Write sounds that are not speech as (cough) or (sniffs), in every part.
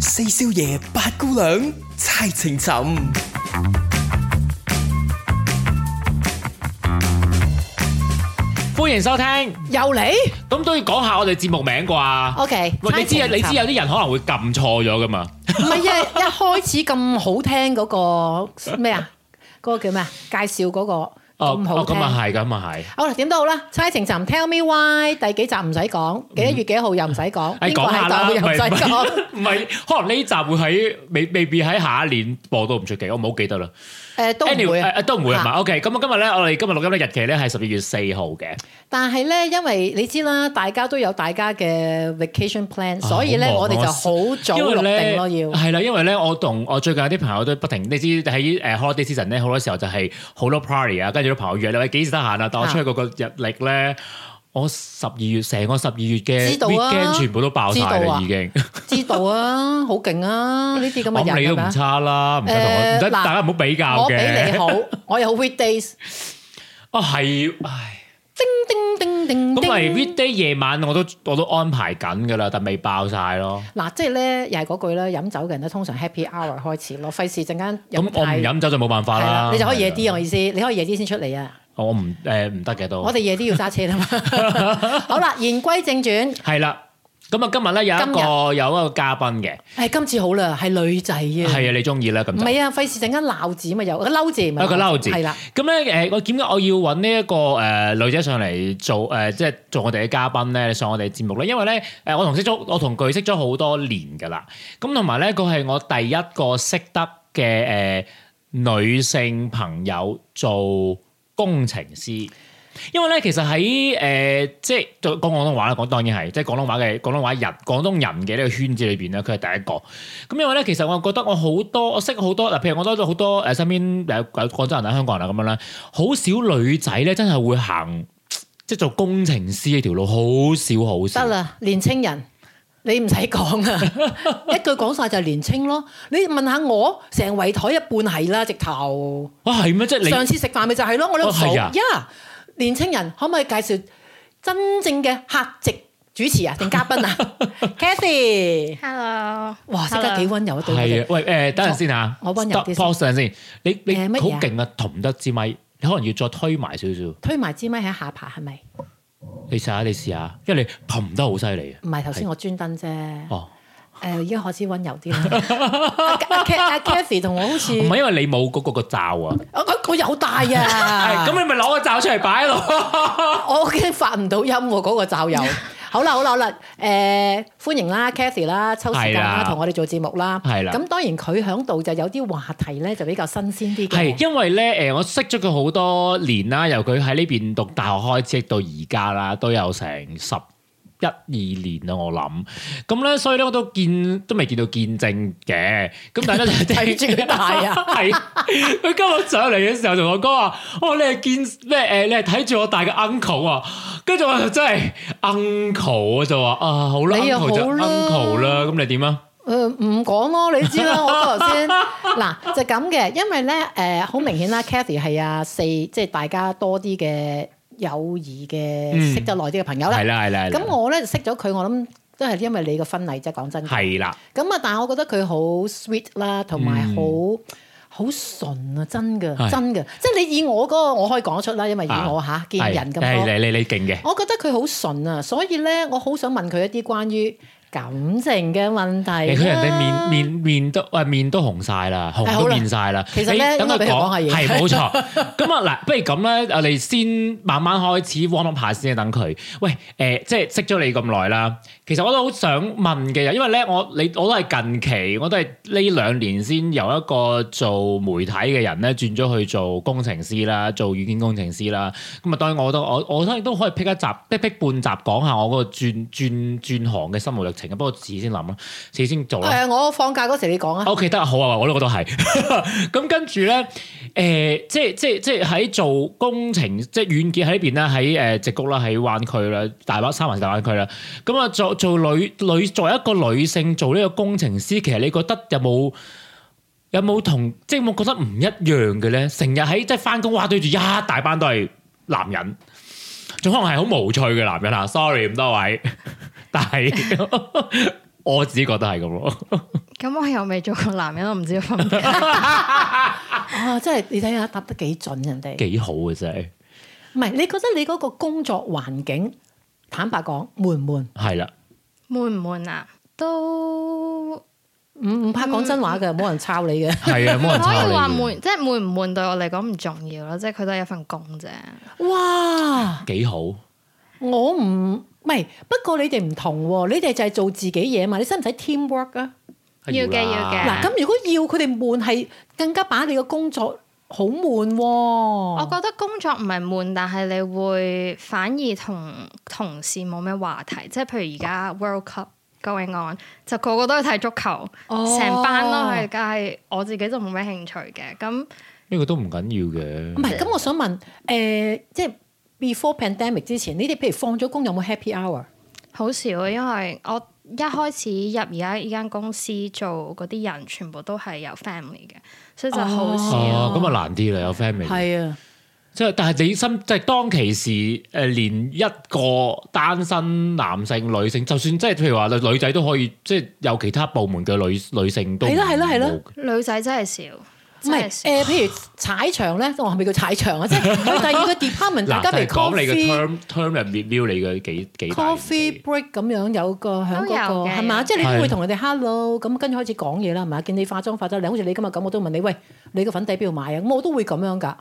四少爺八姑娘猜情尋。歡迎收聽，又嚟咁都要講下我哋節目名啩。 ？OK，喂，你知啊，哦猜情尋你知有啲人可能會撳錯咗噶嘛？唔係啊，一開始咁好聽嗰個咩啊？嗰個叫咩啊？介紹嗰個哦，咁好哦咁啊聽。係，咁啊係。 (laughs) 好啦，點都好啦，猜情尋 Tell Me Why 第幾集唔使講，幾多月幾號又唔使誒講，邊個講下係啦，度又唔使係講。唔係，可能呢集會喺未未必喺下一年播都唔出奇，我唔好記得啦。誒都唔會 Anyway，誒 à. 啊誒都唔會係嘛嚇？OK，咁啊今日咧，我哋今日錄音嘅日期咧係十二月四號嘅。但係咧，因為你知啦，大家都有大家嘅 vacation plan，啊所以咧好忙啊我哋就好早因為錄定咧咯，要係啦，因為咧，我同我最近有啲朋友都不停，你知喺誒 holiday season 咧，好多時候就係好多 party 啊，跟住啲朋友約你喂幾時得閒啊，但我出去嗰個日曆咧，我十二月成個十二月嘅知道啊 weekend 全部都爆晒知道啦，啊已經。知道啊，好勁啊，呢啲咁我嘅諗你都人係咪唔啊差啦，唔使同我，誒唔使嗱大家唔好比較我比你嘅。好，我有 weekdays。哦，係，唉，叮叮叮咁叮嚟叮。 weekday 夜晚我都我都安排緊㗎啦，但未爆晒咯。嗱，即係咧，又係嗰句啦，飲酒嘅人咧，通常 happy hour 開始咯，費事陣間咁飲我唔太飲酒就冇辦法係啦啦，。你就可以夜係啲啊！我意思，你可以夜啲先出嚟啊！啊，我唔誒唔得嘅都。我哋夜啲要揸車 (laughs) 啦嘛。好啦，言歸正傳，係啦，咁啊今日咧有一個有一個嘉賓嘅，誒今次好啦，係女仔啊，係啊你中意啦咁唔就。係啊，費事陣間鬧字啊嘛，有個嬲字咪啊個嬲字係啦，咁咧誒，我點解我要揾呢一個誒、呃女仔上嚟做誒、呃即係做我哋嘅嘉賓咧，上我哋嘅節目咧？因為咧誒、呃我同識咗，我同佢識咗好多年噶啦。咁同埋咧，佢係我第一個識得嘅誒、呃女性朋友做工程師。因為咧，其實喺誒、呃即係講廣東話啦，講當然係，即係廣東話嘅廣東話人、廣東人嘅呢個圈子裏邊咧，佢係第一個。咁因為咧，其實我覺得我好多，我識好多嗱，譬如我多咗好多誒身邊誒誒廣州人啊、香港人啊咁樣啦，好少女仔咧真係會行即係做工程師呢條路，好少好得少。啦，年青人。你唔使講啊， (laughs) 一句講晒就係年青咯。你問下我，成圍台一半係啦，直頭。哇，係咩？即係你上次食飯咪就係咯，我哋哦數係啊呀年青人可唔可以介紹真正嘅客席主持啊定嘉 (laughs) 賓啊？Cathy， Hello，哇，識得幾温柔啊對我係哋啊？喂誒，等陣先嚇，我溫柔啲先 pause 陣先。你你誒乜嘢好勁啊，同得支咪，你可能要再推埋少少。推埋支咪喺下巴係咪？你試下，你試下，因為你擒得好犀利啊！唔係頭先我專登啫。誒，哦，而家開始温 (laughs) 柔啲啦。阿 Ca- 阿 Cathy 同我好似唔，係因為你冇嗰個個罩啊，我我我有戴啊 (laughs) 係。咁你咪攞個罩出嚟擺喺度。我驚發唔到音喎，嗰、個 (laughs) 罩友。好啦好啦好啦，誒、歡迎啦 Cathy 啦，抽時間係啦啦，同我哋做節目啦。係啦咁當然佢響度就有啲話題咧，就比較新鮮啲係嘅。因為咧，誒、我識咗佢好多年啦，由佢喺呢邊讀大學開始到而家啦，都有成十一二年啦，我諗。咁咧，所以咧，我都見都未見到見證嘅。咁但係咧，就 (laughs) 睇住佢大啊！ (laughs) 係佢今日上嚟嘅時候同我講話，哦，你係見咩？誒、你係睇住我大嘅 uncle 啊！跟住我就真係 uncle 啊，就話啊，好啦你又，uncle 就好啦 uncle 啦。咁你點啊？誒唔講咯，你知啦，我頭 (laughs) 先嗱就咁嘅，因為咧誒好明顯啦，Cathy 係啊四即係大家多啲嘅友誼嘅、嗯識得耐啲嘅朋友係啦，啦。係啦，係啦咁我咧識咗佢，我諗都係因為你個婚禮啫，講真。係啦。咁啊，但係我覺得佢好 sweet 啦，同埋好好純啊，真嘅嗯係，真嘅。即係你以我嗰個，我可以講得出啦，因為以啊我吓見人咁係多，你你你勁嘅。我覺得佢好純啊，所以咧，我好想問佢一啲關於感情嘅問題啊你啦。佢人哋面面面都喂面都紅晒啦，紅哎好都啦面晒啦。其實咧你等應該俾佢講下嘢係冇錯。咁啊嗱，不如咁咧，我哋先慢慢開始 warm up 下先，啊等佢。喂，誒、即係識咗你咁耐啦，其實我都好想問嘅，因為咧我你我都係近期，我都係呢兩年先由一個做媒體嘅人咧轉咗去做工程師啦，做軟件工程師啦。咁啊，當然我都我我當然都可以 pick 一集即係 pick 半集講下我嗰個轉轉轉行嘅心路歷程嘅，不過自己先諗啦，自己先做啦。誒，我放假嗰時你講啊， O K，得好啊，我都覺得係。 (laughs) 咁跟住咧，誒、即係即係即係喺做工程，即係軟件喺呢邊啦，喺誒呃直谷啦，喺灣區啦，大灣三環大灣區啦。咁啊，做做女女作為一個女性做呢個工程師，其實你覺得有冇有冇同即係有冇覺得唔一樣嘅咧？成日喺即係翻工，哇對住一大班都係男人，仲可能係好無趣嘅男人啊！Sorry，咁多位，但係 (laughs) 我自己覺得係咁咯。咁我又未做過男人，我唔知分別。啊，真係你睇下答得幾準人哋。幾好嘅真係，唔係，你覺得你嗰個工作環境，坦白講悶唔悶？係啦，悶唔悶啊？都唔唔怕嗯講真話嘅，冇人抄你嘅。係啊，冇人可抄以你話嘅。悶，即係悶唔悶對我嚟講唔重要咯，即係佢都係一份工啫。哇！幾好，我唔唔係，不過你哋唔同喎，你哋就係做自己嘢嘛，你使唔使 teamwork 啊？要嘅啦要嘅嗱，咁如果要佢哋悶係更加把你嘅工作好悶喎。我哦我覺得工作唔係悶，但係你會反而同 (sniffs) 同事冇咩話題，即係譬如而家 World Cup going on，就個個都去睇足球，哦成、班都去，但係我自己就冇咩興趣嘅。咁呢個都唔緊要嘅。唔係，咁我想問誒、即係 before pandemic 之前，你哋譬如放咗工有冇 happy hour？好少啊，因為我一開始入而家呢間公司做嗰啲人，全部都係有 family 嘅，所以就好少。哦，咁啊難啲啦，有 family。係啊，即係，但係你心即係當其時，誒、連一個單身男性、女性，就算即係譬如話女女仔都可以，即係有其他部門嘅女女性都係啦係啦係啦冇女仔真係少，唔真係係少。誒，譬如踩場咧，我係咪叫踩場啊？即係去第二個 department，大嗱，家就係譬如講你嘅 coffee。 term term 入 review 你嘅幾幾大年紀 coffee break 咁樣有個響都有嗰個嘅係嘛？即係你係都會同人哋 hello 咁，跟住開始講嘢啦，係嘛？見你化妝化得靚，好似你今日咁，我都問你喂，你個粉底邊度買啊？咁我都會咁樣㗎。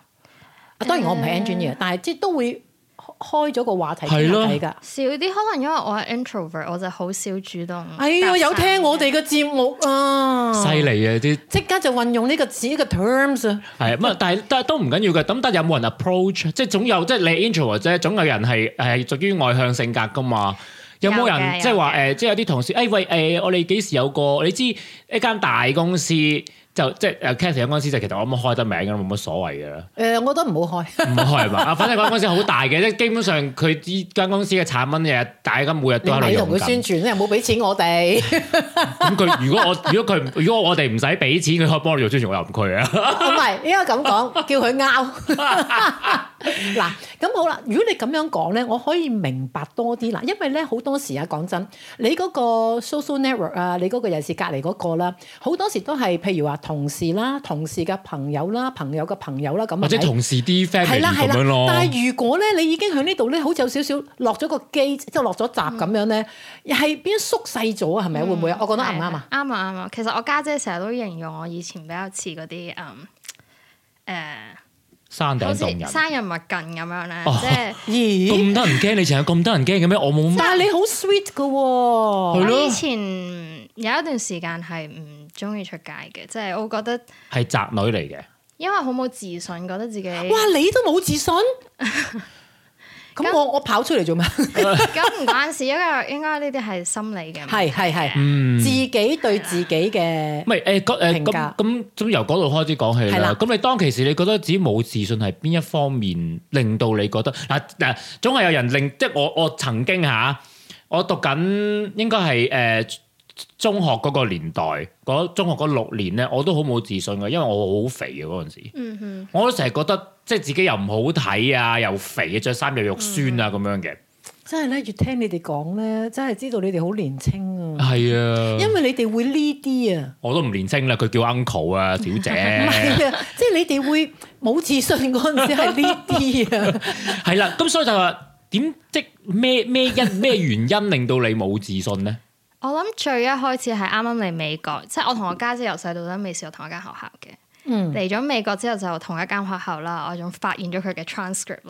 啊，當然我唔係 engineer，但係即係都會開咗個話題傾係下咯偈㗎。少啲，可能因為我係 introvert，我就好少主動。哎呀，有聽我哋嘅節目啊，犀利啊！啲即刻就運用呢個字呢個 terms 啊。係咁啊，但係但係都唔緊要嘅。咁但係有冇人 approach？即係總有即係你 introvert 啫，總有人係係屬於外向性格噶嘛。有冇有嘅人即係有話嘅誒，即係有啲同事誒、哎喂誒、我哋幾時有個？你知一間大公司就即係誒 c a t h y 間公司就其實我諗開得名㗎啦，冇乜所謂㗎啦，誒，我覺得唔好開。唔好 (laughs) 開係嘛？啊，反正間公司好大嘅，即係基本上佢依間公司嘅產品日日大家每日你都喺度咪同用佢宣緊。傳，你又冇俾錢我哋。咁佢如果我如果佢如果我哋唔使俾錢，佢可以幫我哋做宣傳，我又唔佢啊。唔係應該 (laughs) 咁講，叫佢拗。嗱，咁好啦。如果你咁樣講咧，我可以明白多啲啦。因為咧好多時啊，講真，你嗰個 social network 啊，你嗰個人事隔離嗰個啦，好多時都係譬如話同事啦、同事嘅朋友啦、朋友嘅朋友啦咁啊。或者同事啲係 family 啦係咁樣咯啦，。但係如果咧你已經喺呢度咧，好似有少少落咗個機，即係落咗閘嗯咁樣咧，又係變咗縮細咗啊？係咪啊？會唔會啊？我講得啱唔啱啊？啱啊啱啊！其實我家姐成日都形容我以前比較似嗰啲嗯山誒，頂好似洞人。生人勿近咁樣咧，哦即係。咦？咁得人驚，你成日咁得人驚嘅咩？我冇乜但係你好 sweet 㗎喎。係我咯以前有一段時間係唔中意出街嘅，即係我覺得係宅女嚟嘅，因為好冇自信，覺得自己哇！你都 (laughs) 冇自信，咁我我跑出嚟做咩？咁唔關事，因為應該呢啲係心理嘅。係係係，嗯自，己對自己嘅唔係啊誒誒評咁價咁咁由嗰度開始講起係啦啦。咁你當其時，你覺得自己冇自信係邊一方面令到你覺得嗱嗱，總係有人令即係我我曾經嚇，我讀緊應該係誒。中學嗰個年代，嗰中學嗰六年咧，我都好冇自信嘅，因為我好肥嘅嗰陣時。嗯哼，我都成日覺得即係自己又唔好睇啊，又肥啊，着衫又肉酸嗯啊咁樣嘅。真係咧，越聽你哋講咧，真係知道你哋好年青啊！係啊，因為你哋會呢 (laughs) 啲啊，我都唔年青啦，佢叫 uncle (laughs) 啊，小唔姐，係啊，即係你哋會冇自信嗰陣時 (laughs) 係呢啲啊，係啦，咁所以就話點即咩咩因咩原因令到你冇自信咧？嗯我諗最一開始係啱啱嚟美國，即係我同我家姐由細到大都未試過同一間學校嘅。嗯，嚟咗美國之後就同一間學校啦，我仲發現咗佢嘅 transcript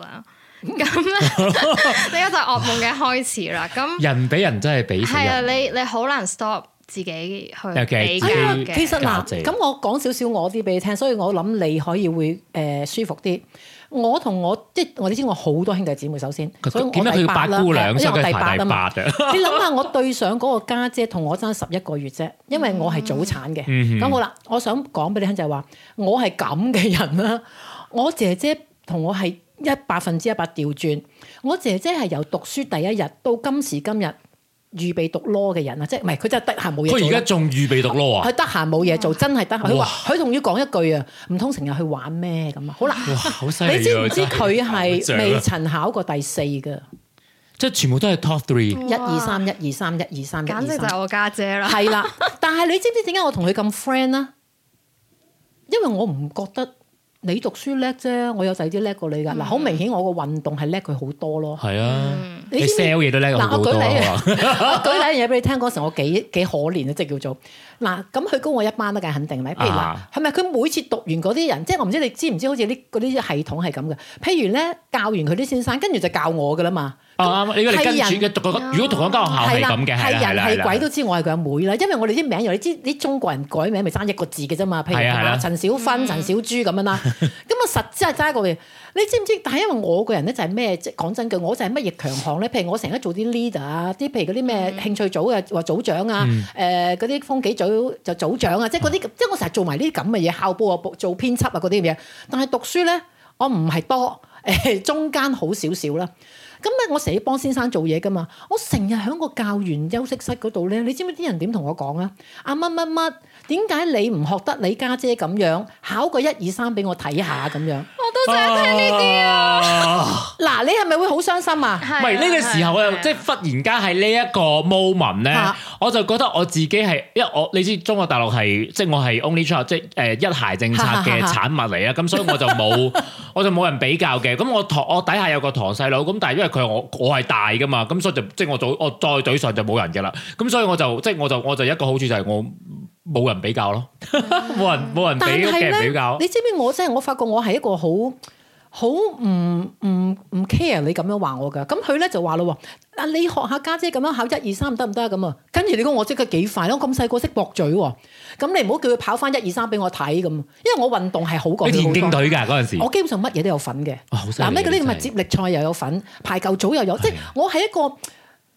(laughs) 啦。咁咧，呢個就係 (laughs) 噩夢嘅開始 (laughs) 啦。咁人比人真係比死係啊，人，你你好難 stop 自己去尤其係比較自哎己呀嘅。其實嗱，價值咁我講少少我啲俾你聽，所以我諗你可以會誒舒服啲。我同我即係我你知我好多兄弟姊妹，首先，所以我點解佢第要八八啦，姑娘，因為所以我佢第八排啊第嘛。八 (laughs) 啊？你諗下，我對上嗰個家姐同我爭十一個月啫，因為我係早產嘅。咁、嗯好啦，我想講俾你聽就係話，我係咁嘅人啦。我姐姐同我係一百分之一百調轉。我姐姐係由讀書第一日到今時今日預備讀 law 嘅人啊，即係唔係佢真係得閒冇嘢做佢而家啦。仲預備讀 law 啊？佢得閒冇嘢做，真係得閒。佢哇話佢仲要講一句啊，唔通成日去玩咩咁啊？好啦，哇，好犀利啊！你知唔知真係佢係真係未曾考過第四㗎？即係全部都係 top three。一二三一二三一二三一簡二直就三係。我家姐啦。係啦，但係你知唔知點解我同佢咁 friend 咧？因為我唔覺得你讀書叻啫，我有第啲叻過你㗎。嗱、好明顯我個運動係叻佢好 (laughs) 多咯。係啊，你知唔知 sell 嘢都叻過嗱，好我舉多例，啊！我舉例一樣嘢俾你聽，嗰時我幾幾可憐啊，即係叫做嗱，咁佢高我一班啦，梗係肯定啦。譬如嗱啊，係咪佢每次讀完嗰啲人，即係我唔知你知唔知，好似啲嗰啲系統係咁嘅。譬如咧，教完佢啲先生，跟住就教我㗎啦嘛。啊啱，你而家你跟係住嘅讀個，如果同嗰間學校係咁嘅，係啦係係啦人係係啦鬼都知我係佢阿妹啦，因為我哋啲名由你知啲中國人改名咪爭一個字嘅啫嘛，譬如係啊係啊陳小芬、陳小珠咁 (laughs) 樣啦，咁啊實質係爭一個字。你知唔知？但係因為我個人咧就係咩，即係講真句，我就係乜嘢強項咧？譬如我成日做啲 leader 啊，啲譬如嗰啲咩興趣組嘅話組長啊，嗯誒嗰啲風紀組就組長啊，即係嗰啲，即係我成日做埋呢啲咁嘅嘢，校報啊、報做編輯啊嗰啲嘢。但係讀書咧，我唔係多，誒中間好少少啦。咁咧，我成日幫先生做嘢噶嘛，我成日喺個教員休息室嗰度咧，你知唔知啲人點同我講啊？啊乜乜乜，點解你唔學得你家姐咁樣，考個一二三俾我睇下咁樣？我都想聽呢啲啊！啊！嗱，你係咪會好傷心啊？唔係呢個時候，我又即係係忽然間喺呢一個 moment 咧嚇，我就覺得我自己係，因為我你知中國大陸係即係我係 only child，即係呃誒一孩政策嘅產物嚟啊，咁所以我就冇 (laughs) 我就冇人比較嘅。咁我堂我底下有個堂細佬，咁但係因為佢係我我係大噶嘛，咁所以就即係我早我再對上就冇人嘅啦。咁所以我就即係我就我就一個好處就係我冇人比較咯， (laughs) 冇人冇人但比係嘅人咧比較，。你知唔知我真係我發覺我係一個好好唔唔唔 care 你咁樣話我㗎。咁佢咧就話咯喎，啊你學下家姐咁樣考一二三得唔得啊咁啊？跟住你估我即刻幾快咯，我咁細個識駁嘴喎。咁你唔好叫佢跑翻一二三俾我睇咁，因為我運動係好過你佢好田徑多。隊㗎嗰陣時，我基本上乜嘢都有份嘅。哇好犀利啊嗱，咩嗰啲咁嘅真啊係接力賽又有份，排球組又有，即係係我係一個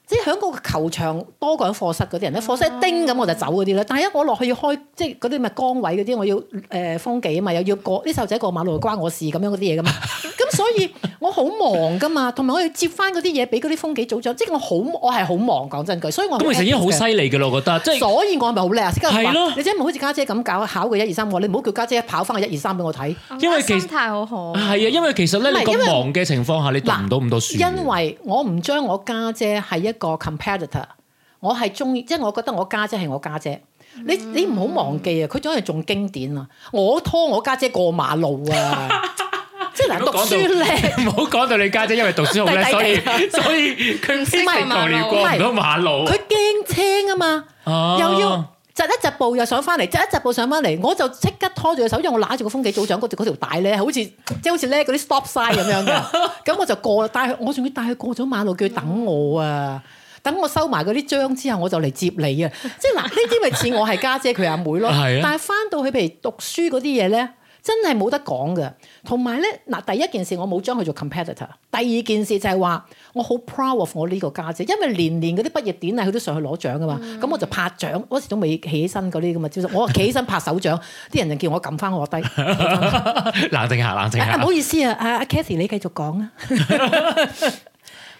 即係喺個球場多過喺課室嗰啲人咧，課室一叮咁我就走嗰啲啦。但係一我落去要開即係嗰啲咩崗位嗰啲，我要誒、呃、風紀啊嘛，又要過啲細路仔過馬路關我事咁樣嗰啲嘢噶 (laughs) 嘛。咁所以我好忙噶嘛，同埋我要接翻嗰啲嘢俾嗰啲風紀組長，即係我好我係好忙講真句，所以我咁其實已經好犀細。利嘅咯，我覺得即係。所以我係咪好叻啊！即刻話係咯你真係唔好似家姐咁搞考個一二三我，你唔好叫家姐跑翻個一二三俾我睇。因為我覺得其心態好好，係啊，因為其實咧，唔係你因咁為忙嘅情況下，你讀唔到咁多書嘅。因為我唔將我家姐係一個 competitor，我係中意，即係我覺得我家姐係我家姐。你你唔好忘記啊！佢仲係仲經典啊！我拖我家姐過馬路 (laughs) 啊！即係嗱，如讀果講 (laughs) 書叻。 (laughs) 唔好講到你家姐，因為讀書好 (laughs) 叻，弟弟所以 (laughs) 所以佢識過 physically 馬路過唔到馬路。佢驚青啊嘛，哦又要窒一窒步又上翻嚟，窒一窒步上翻嚟，我就即刻拖住隻手，因為我揦住個風紀組長嗰條嗰條帶咧，好 (laughs) 似即係好似咧嗰啲 stop sign 咁樣嘅，咁我就過啦，帶佢，我仲要帶佢過咗馬路，叫佢等我啊。等我收埋嗰啲章之後，我就嚟接你啊！即係嗱，呢啲咪似我係家姐，佢阿妹 (laughs) 咯。係啊但係翻到去譬如讀書嗰啲嘢咧，真係冇得講嘅。同埋咧，嗱，第一件事我冇將佢做 competitor，第二件事就係話我好 proud of 我呢個家姐，因為年年嗰啲畢業典禮佢都上去攞獎噶嘛，嗯咁、我就拍掌，嗰時仲未起身嗰啲咁嘅招數， (laughs) 我企起身拍手掌，啲人就叫我撳翻我低。 (laughs) 冷靜下，冷靜啊下。唔好意思啊，阿阿 Cathy 你繼續講 (laughs) 啊。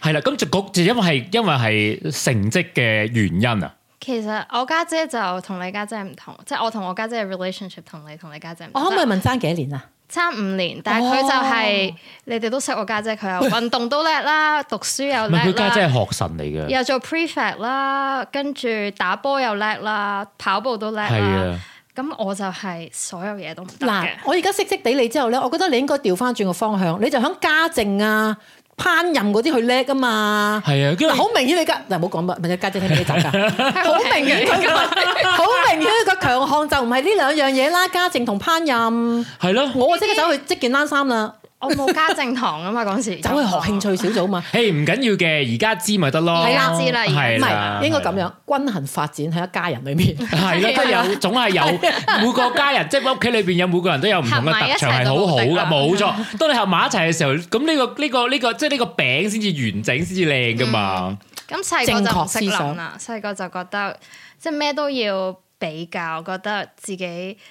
係啦，咁就局就因為係因為係成績嘅原因啊。其實我家姐就同你家姐唔同，即係我同我家姐嘅 relationship 同你同你家姐唔我同。哦可唔可以即係問爭幾多年啊？差五年，但係佢就係你哋都識我家姐，佢又運動都叻 (laughs) 啦，讀書又唔係叻佢家姐啦係，學神嚟嘅，又做 prefect 啦，跟住打波又叻啦，跑步都叻係啦。啊，咁我就係所有嘢都唔得嗱嘅，，我而家識識地你之後咧，我覺得你應該調翻轉個方向，你就響家政啊、烹飪嗰啲去叻啊嘛。係啊，因為嗱， (laughs) 好明顯你家嗱，唔好講乜，咪家姐聽唔 (laughs) 聽集㗎？好明顯佢個好明顯佢個強項就唔係呢兩樣嘢啦，家政同烹飪。係咯。我即刻走去織件冷衫啦， (laughs) 我冇家政堂啊嘛嗰陣時，走去學興趣小組嘛。誒唔緊要嘅，而家知咪得咯。係啦知啦而家係唔啦係應該咁樣均衡發展喺一家人裏面。係啦，都有總係有每個家人，即係屋企裏邊有每個人都有唔同嘅特長，係好好噶，冇錯。當你合埋一齊嘅時候，咁呢個呢個呢個即係呢個餅先至完整，先至靚噶嘛。咁細個就唔識諗啦，細個就覺得即係咩都要比較，覺得自己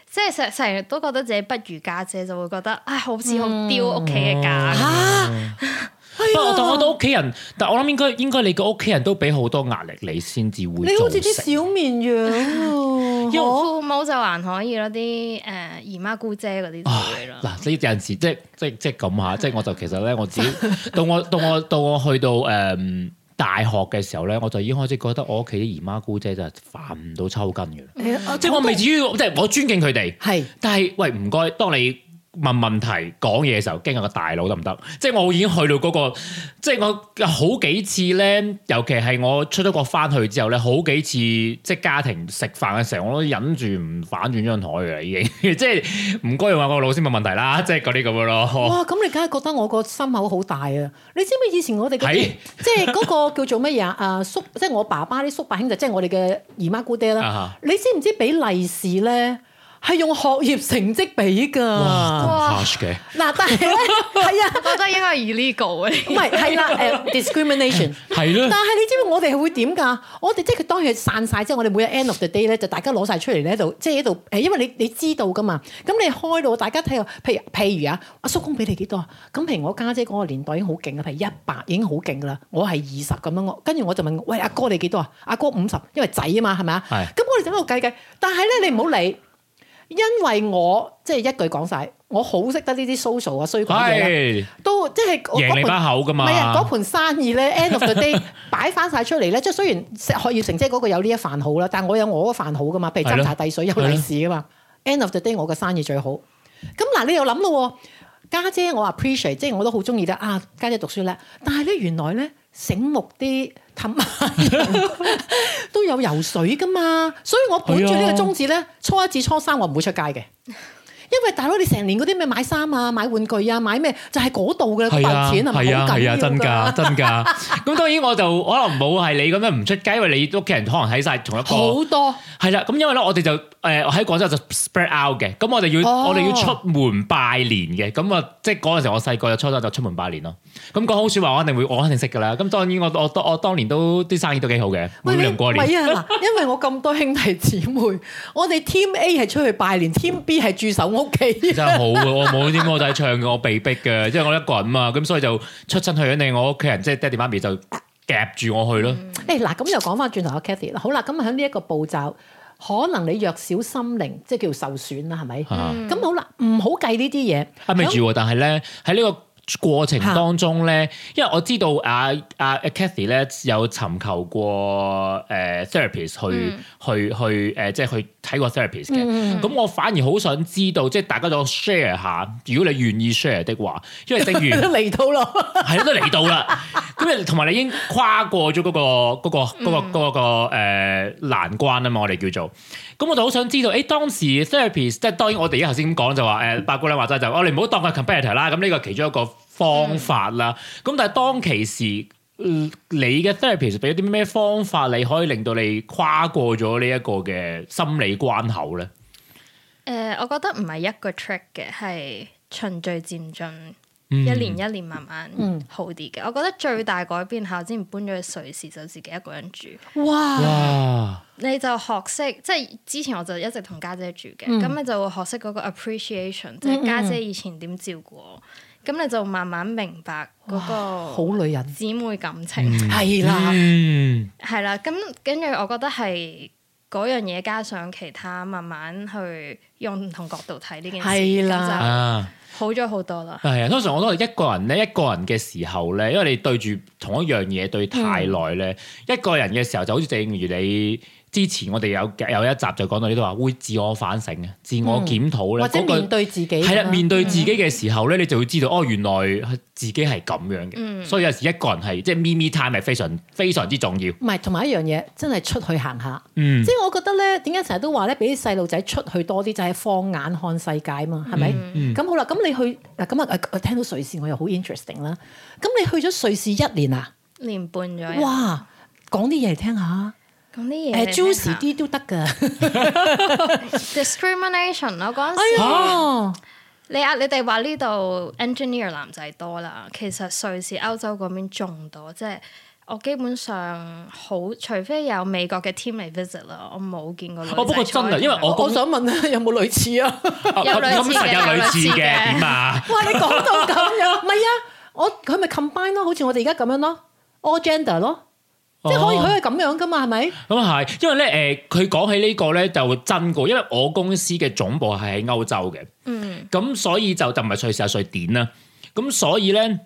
即係成成日都覺得自己不如家姐，就會覺得唉好似好嗯丟屋企嘅家。不過我哎當呀我都屋企人，但我諗應該應該你個屋企人都俾好多壓力你，先至會你好造成似啲小綿 (laughs) 因羊為喎，父母就還可以咯，啲誒姨媽姑姐嗰啲啊就會咯。嗱，呢有陣啊時即即即咁嚇，即我就其實咧我自己到我到我到我去到誒大學嘅時候咧，我就已經開始覺得我屋企啲姨媽姑姐就係煩唔到抽筋嘅啦。係即係我未至於，即係我尊敬佢哋，係但係喂唔該，當你問問題講嘢嘅時候，驚下個大佬得唔得？即係我已經去到嗰、個，即係我好幾次咧，尤其係我出咗國翻去之後咧，好幾次即係家庭食飯嘅時候，我都忍住唔反轉張台嘅啦，已經 (laughs) 即係唔該用下個老師問問題啦， (laughs) 即係嗰啲咁樣咯。哇！咁你梗係覺得我個心口好大啊！你知唔知以前我哋嗰啲係即係嗰個叫做乜嘢啊啊？叔，即係我爸爸啲叔伯兄弟，即係我哋嘅姨媽姑爹啊啦哈。你知唔知俾利是咧係用學業成績俾㗎？嗱，哇咁 harsh 嘅，但 (laughs) 係咧係啊，覺得應該係 (laughs) illegal 嘅。唔係係啦，誒 discrimination。係 (laughs) 咯，但係你知唔知我哋係會點㗎？我哋即係佢當佢散晒之後，我哋每日 end of the day 咧，就大家攞晒出嚟咧喺度，即係喺度誒，因為你你知道㗎嘛。咁你開到大家睇下，譬如譬如啊，阿叔公俾你幾多啊？咁譬如我家姐嗰個年代已經好勁啦，啊譬如一百已經好勁㗎啦，我係二十咁樣，我跟住我就問，喂阿哥你幾多啊？阿哥五十，因為仔啊嘛，係咪啊？係咁我哋就喺度計計，但係咧你唔好理。因為我即係一句講晒，我好識得呢啲 social 啊衰鬼嘢啦，係都即係我贏你嗰盤把口噶唔係啊，嗰嘛。盤生意咧 end of the (laughs) day 擺翻晒出嚟咧，即係雖然學業成績嗰個有呢一飯好啦，但我有我嗰飯好噶嘛，譬如斟茶遞水有利是噶嘛，end of the day 我嘅生意最好。咁嗱，你又諗咯喎，家姐我 appreciate，即係我都好中意咧啊，家姐讀書叻，但係咧原來咧醒目啲 (laughs) 氹下 (laughs) 人都有游水噶嘛，所以我本住呢係個啊宗旨咧，初一至初三我唔會出街嘅。因為大佬你成年嗰啲咩買衫啊、買玩具啊、買咩就係嗰度嘅嗰係嚿啊，錢係咪係啊，好緊係要啊，真㗎㗎，？真㗎。 (laughs) 咁當然我就可能冇係你咁樣唔出街，因為你屋企人可能睇晒同一個。好多係啦，咁因為咧，我哋就誒喺廣州就 spread out 嘅，咁我哋要、哦我哋要出門拜年嘅，咁啊，即係嗰陣時我細個就初初就出門拜年咯。咁講好説話，我一定會，我肯定識噶啦。咁當然我我我我當年都啲生意都幾好嘅，每你年過年。係 (laughs) 啊嗱，因為我咁多兄弟姊妹，我哋 Team A 係出去拜年，Team B 係駐守屋企。 (laughs) 真係好嘅，我冇啲歌仔唱嘅，我被逼嘅，即係我一個人嘛，咁所以就出親去肯定我屋企人，即係爹哋媽咪就夾住我去咯。誒嗱，咁又講翻轉頭阿 Cathy 啦，好啦，咁喺呢一個步驟，可能你弱小心靈，即係叫受損啦，係咪？啊咁好啦，唔好計呢啲嘢。 (laughs) 啊，咪住喎！但係咧喺呢個過程當中咧，因為我知道啊啊 Cathy 咧有尋求過誒、呃 therapist 去、去去誒、呃即係去睇過 therapist 嘅。咁、我反而好想知道，即係大家就 share 下，如果你願意 share 的話，因為正如都嚟到咯，係啦都嚟到啦，咁啊你同埋你已經跨過咗嗰、個嗰、個嗯嗰、個嗰、個誒、呃、難關啊嘛，我哋叫做。咁我就好想知道，誒、當時 therapist 即係當然我哋而家頭先咁講就話誒八姑娘話齋就，我哋唔好當佢 competitor 啦，咁呢個其中一個方法啦。咁、但係當其時。嗯你嘅 therapist 俾咗啲咩方法，你可以令到你跨過咗呢一個嘅心理關口咧？誒、我覺得唔係一個 trick 嘅，係循序漸進，嗯嗯一年一年慢慢好啲嘅。我覺得最大改變係我之前搬咗去瑞士，就自己一個人住，(laughs) 哇！哇！你就學識即係之前我就一直同家姐住嘅，嗯咁、你就會學識嗰個 appreciation，即係家姐以前點照顧我，咁你就慢慢明白嗰好個女人姊妹感情。係啦，嗯，係啦，咁跟住我覺得係嗰樣嘢加上其他，慢慢去用唔同角度睇呢件事，係啦啊。咁就好咗好多啦。係啊，通常我都係一個人咧，一個人嘅時候咧，因為你對住同一樣嘢對太耐嗯咧，一個人嘅時候就好似正如你之前我哋有有一集就講到呢度話，會自我反省啊，自我檢討咧，嗯或者嗰個面對自己咁樣。係啦，面對自己嘅時候咧，你就會知道哦，原來自己係咁樣嘅，嗯所以有時一個人係即係咪咪 time 係非常非常之重要。唔係，同埋一樣嘢，真係出去行下。嗯即係我覺得咧，點解成日都話咧，俾啲細路仔出去多啲，就係、放眼看世界嘛，係咪？咁、好啦，咁你去嗱，咁啊，我聽到瑞士我又好 interesting 啦。咁你去咗瑞士一年啊？年半咗人，哇！講啲嘢嚟聽下，咁啲嘢誒你聽下 juicy 啲都得㗎。 discrimination 咯。嗰陣時哎呀，你啊，你哋話呢度 engineer 男仔多啦，其實瑞士歐洲嗰邊仲多，即係我基本上好，除非有美國嘅 team 嚟 visit 啦，我冇見過女仔哦不過坐喺真啊因為度我我想問咧， (laughs) 有冇類似啊？有類似嘅咁實有類似有類似嘅嘅點啊？哇！你講到咁 (laughs) 樣，唔係啊，我佢咪 combine 咯，好似我哋而家咁樣咯，all gender 咯，即係可以哦佢係咁樣㗎嘛，係咪？咁啊係，因為咧誒，佢、講起呢個咧就真過，因為我公司嘅總部係喺歐洲嘅，嗯咁所以就就唔係瑞士係瑞典啦。咁所以咧，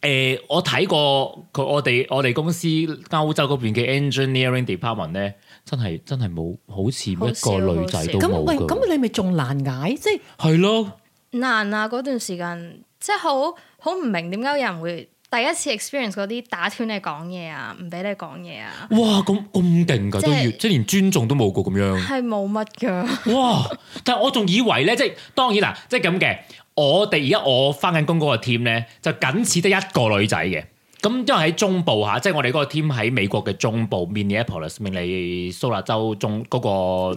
誒、我睇過佢我哋我哋公司歐洲嗰邊嘅 engineering department 咧，真係真係冇，好似一個女仔都咁冇喂，㗎咁你咪仲難解？即係係咯，難啊！嗰段時間即係好好唔明點解有人會第一次 experience 嗰啲打斷你講嘢啊，唔俾你講嘢啊，哇，咁咁勁㗎，即都係要即係連尊重都冇過咁樣。係冇乜㗎。哇！但係我仲以為咧，即係當然啦，即係咁嘅。我哋而家我翻緊工嗰個 team 咧，就僅此得一個女仔嘅。咁因為喺中部嚇，即係我哋嗰個 team 喺美國嘅中部 Minneapolis 明尼蘇達州中嗰、得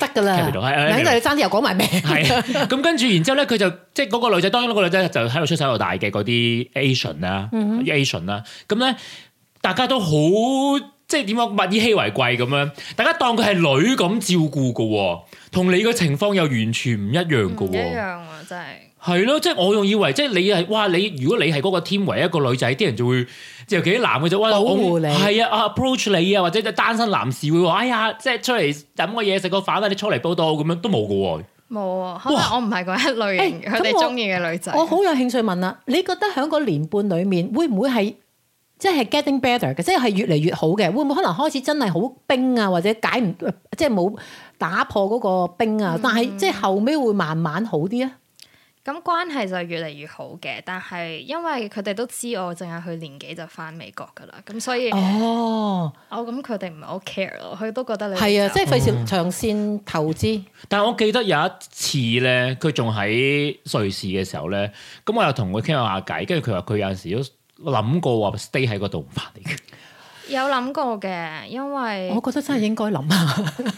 個㗎啦， capital，係係等係你爭啲又講埋名。係啊，咁跟住然之後咧，佢就即係嗰個女仔，當然嗰個女仔就喺度出手又大嘅嗰啲 Asian 啦、Asian 啦，咁咧大家都好即係點講物以稀為貴咁樣，大家當佢係女咁照顧嘅喎，同你嘅情況又完全唔一樣嘅唔一樣喎。啊！真係係咯，即係我仲以為即係你係哇，你如果你係嗰個 team 唯一一個女仔，啲人就會尤其啲男嘅就哇保護我你係啊啊 approach 你啊，或者單身男士會話哎呀，即係出嚟飲個嘢食個飯啦，你出嚟報道咁樣都冇嘅喎。冇啊！可能我唔係嗰一類型，欸佢咁我哋中意嘅女仔。我好有興趣問啦，你覺得喺個年半裡面會唔會係即係 getting better 嘅，即係越嚟越好嘅？會唔會可能開始真係好冰啊，或者解唔即係冇打破嗰個冰嗯啊？但係即係後尾會慢慢好啲啊？咁關係就越嚟越好嘅，但係因為佢哋都知我淨係去年幾就翻美國㗎啦，咁所以哦，我咁佢哋唔係好 care 咯，佢都覺得你係啊，走即係費事長線投資。但係我記得有一次咧，佢仲喺瑞士嘅時候咧，咁我又同佢傾下偈，跟住佢話佢有陣時都諗過話 stay 喺嗰度唔翻嚟 (laughs) 嘅。有諗過嘅，因為我覺得真係應該諗啊下。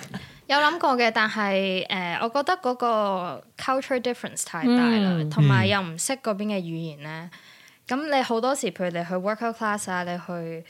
有諗過嘅，但係誒、呃我覺得嗰個 culture difference 太大啦，同埋、又唔識嗰邊嘅語言咧。咁你好多時，譬如你去 worker class 啊，你去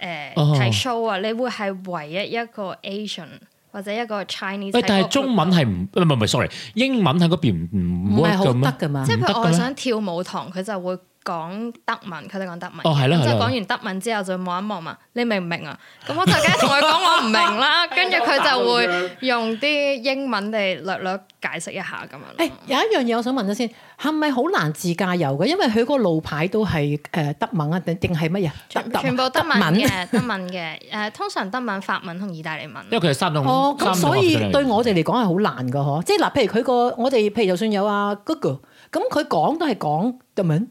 誒睇、哦 show 啊，你會係唯一一個 Asian 或者一個 Chinese 喺喂，個但 group 係啊中文係唔唔係唔係，sorry，英文喺嗰邊唔啊唔 work 係好嘅咩？得㗎嘛即係譬如唔我得嘅咩想跳舞堂，佢就會講德文，佢哋講德文。哦係啦咁就係講啦完德文之後就望一望嘛，你明唔明啊？咁我就梗係同佢講我唔明啦，跟住佢就會用啲英文嚟略略解釋一下咁樣誒、咯。有一樣嘢我想問咗先，係咪好難自駕遊嘅？因為佢嗰個路牌都係誒德文啊，定定係乜嘢？德全全部德文嘅，德文嘅，誒通常德文、法文同意大利文。因為佢係三種哦，咁三種所以學生嚟嘅對我哋嚟講係好難噶嗬，即係嗱，譬如佢個我哋譬如就算有啊 Google，咁佢講都係講德文，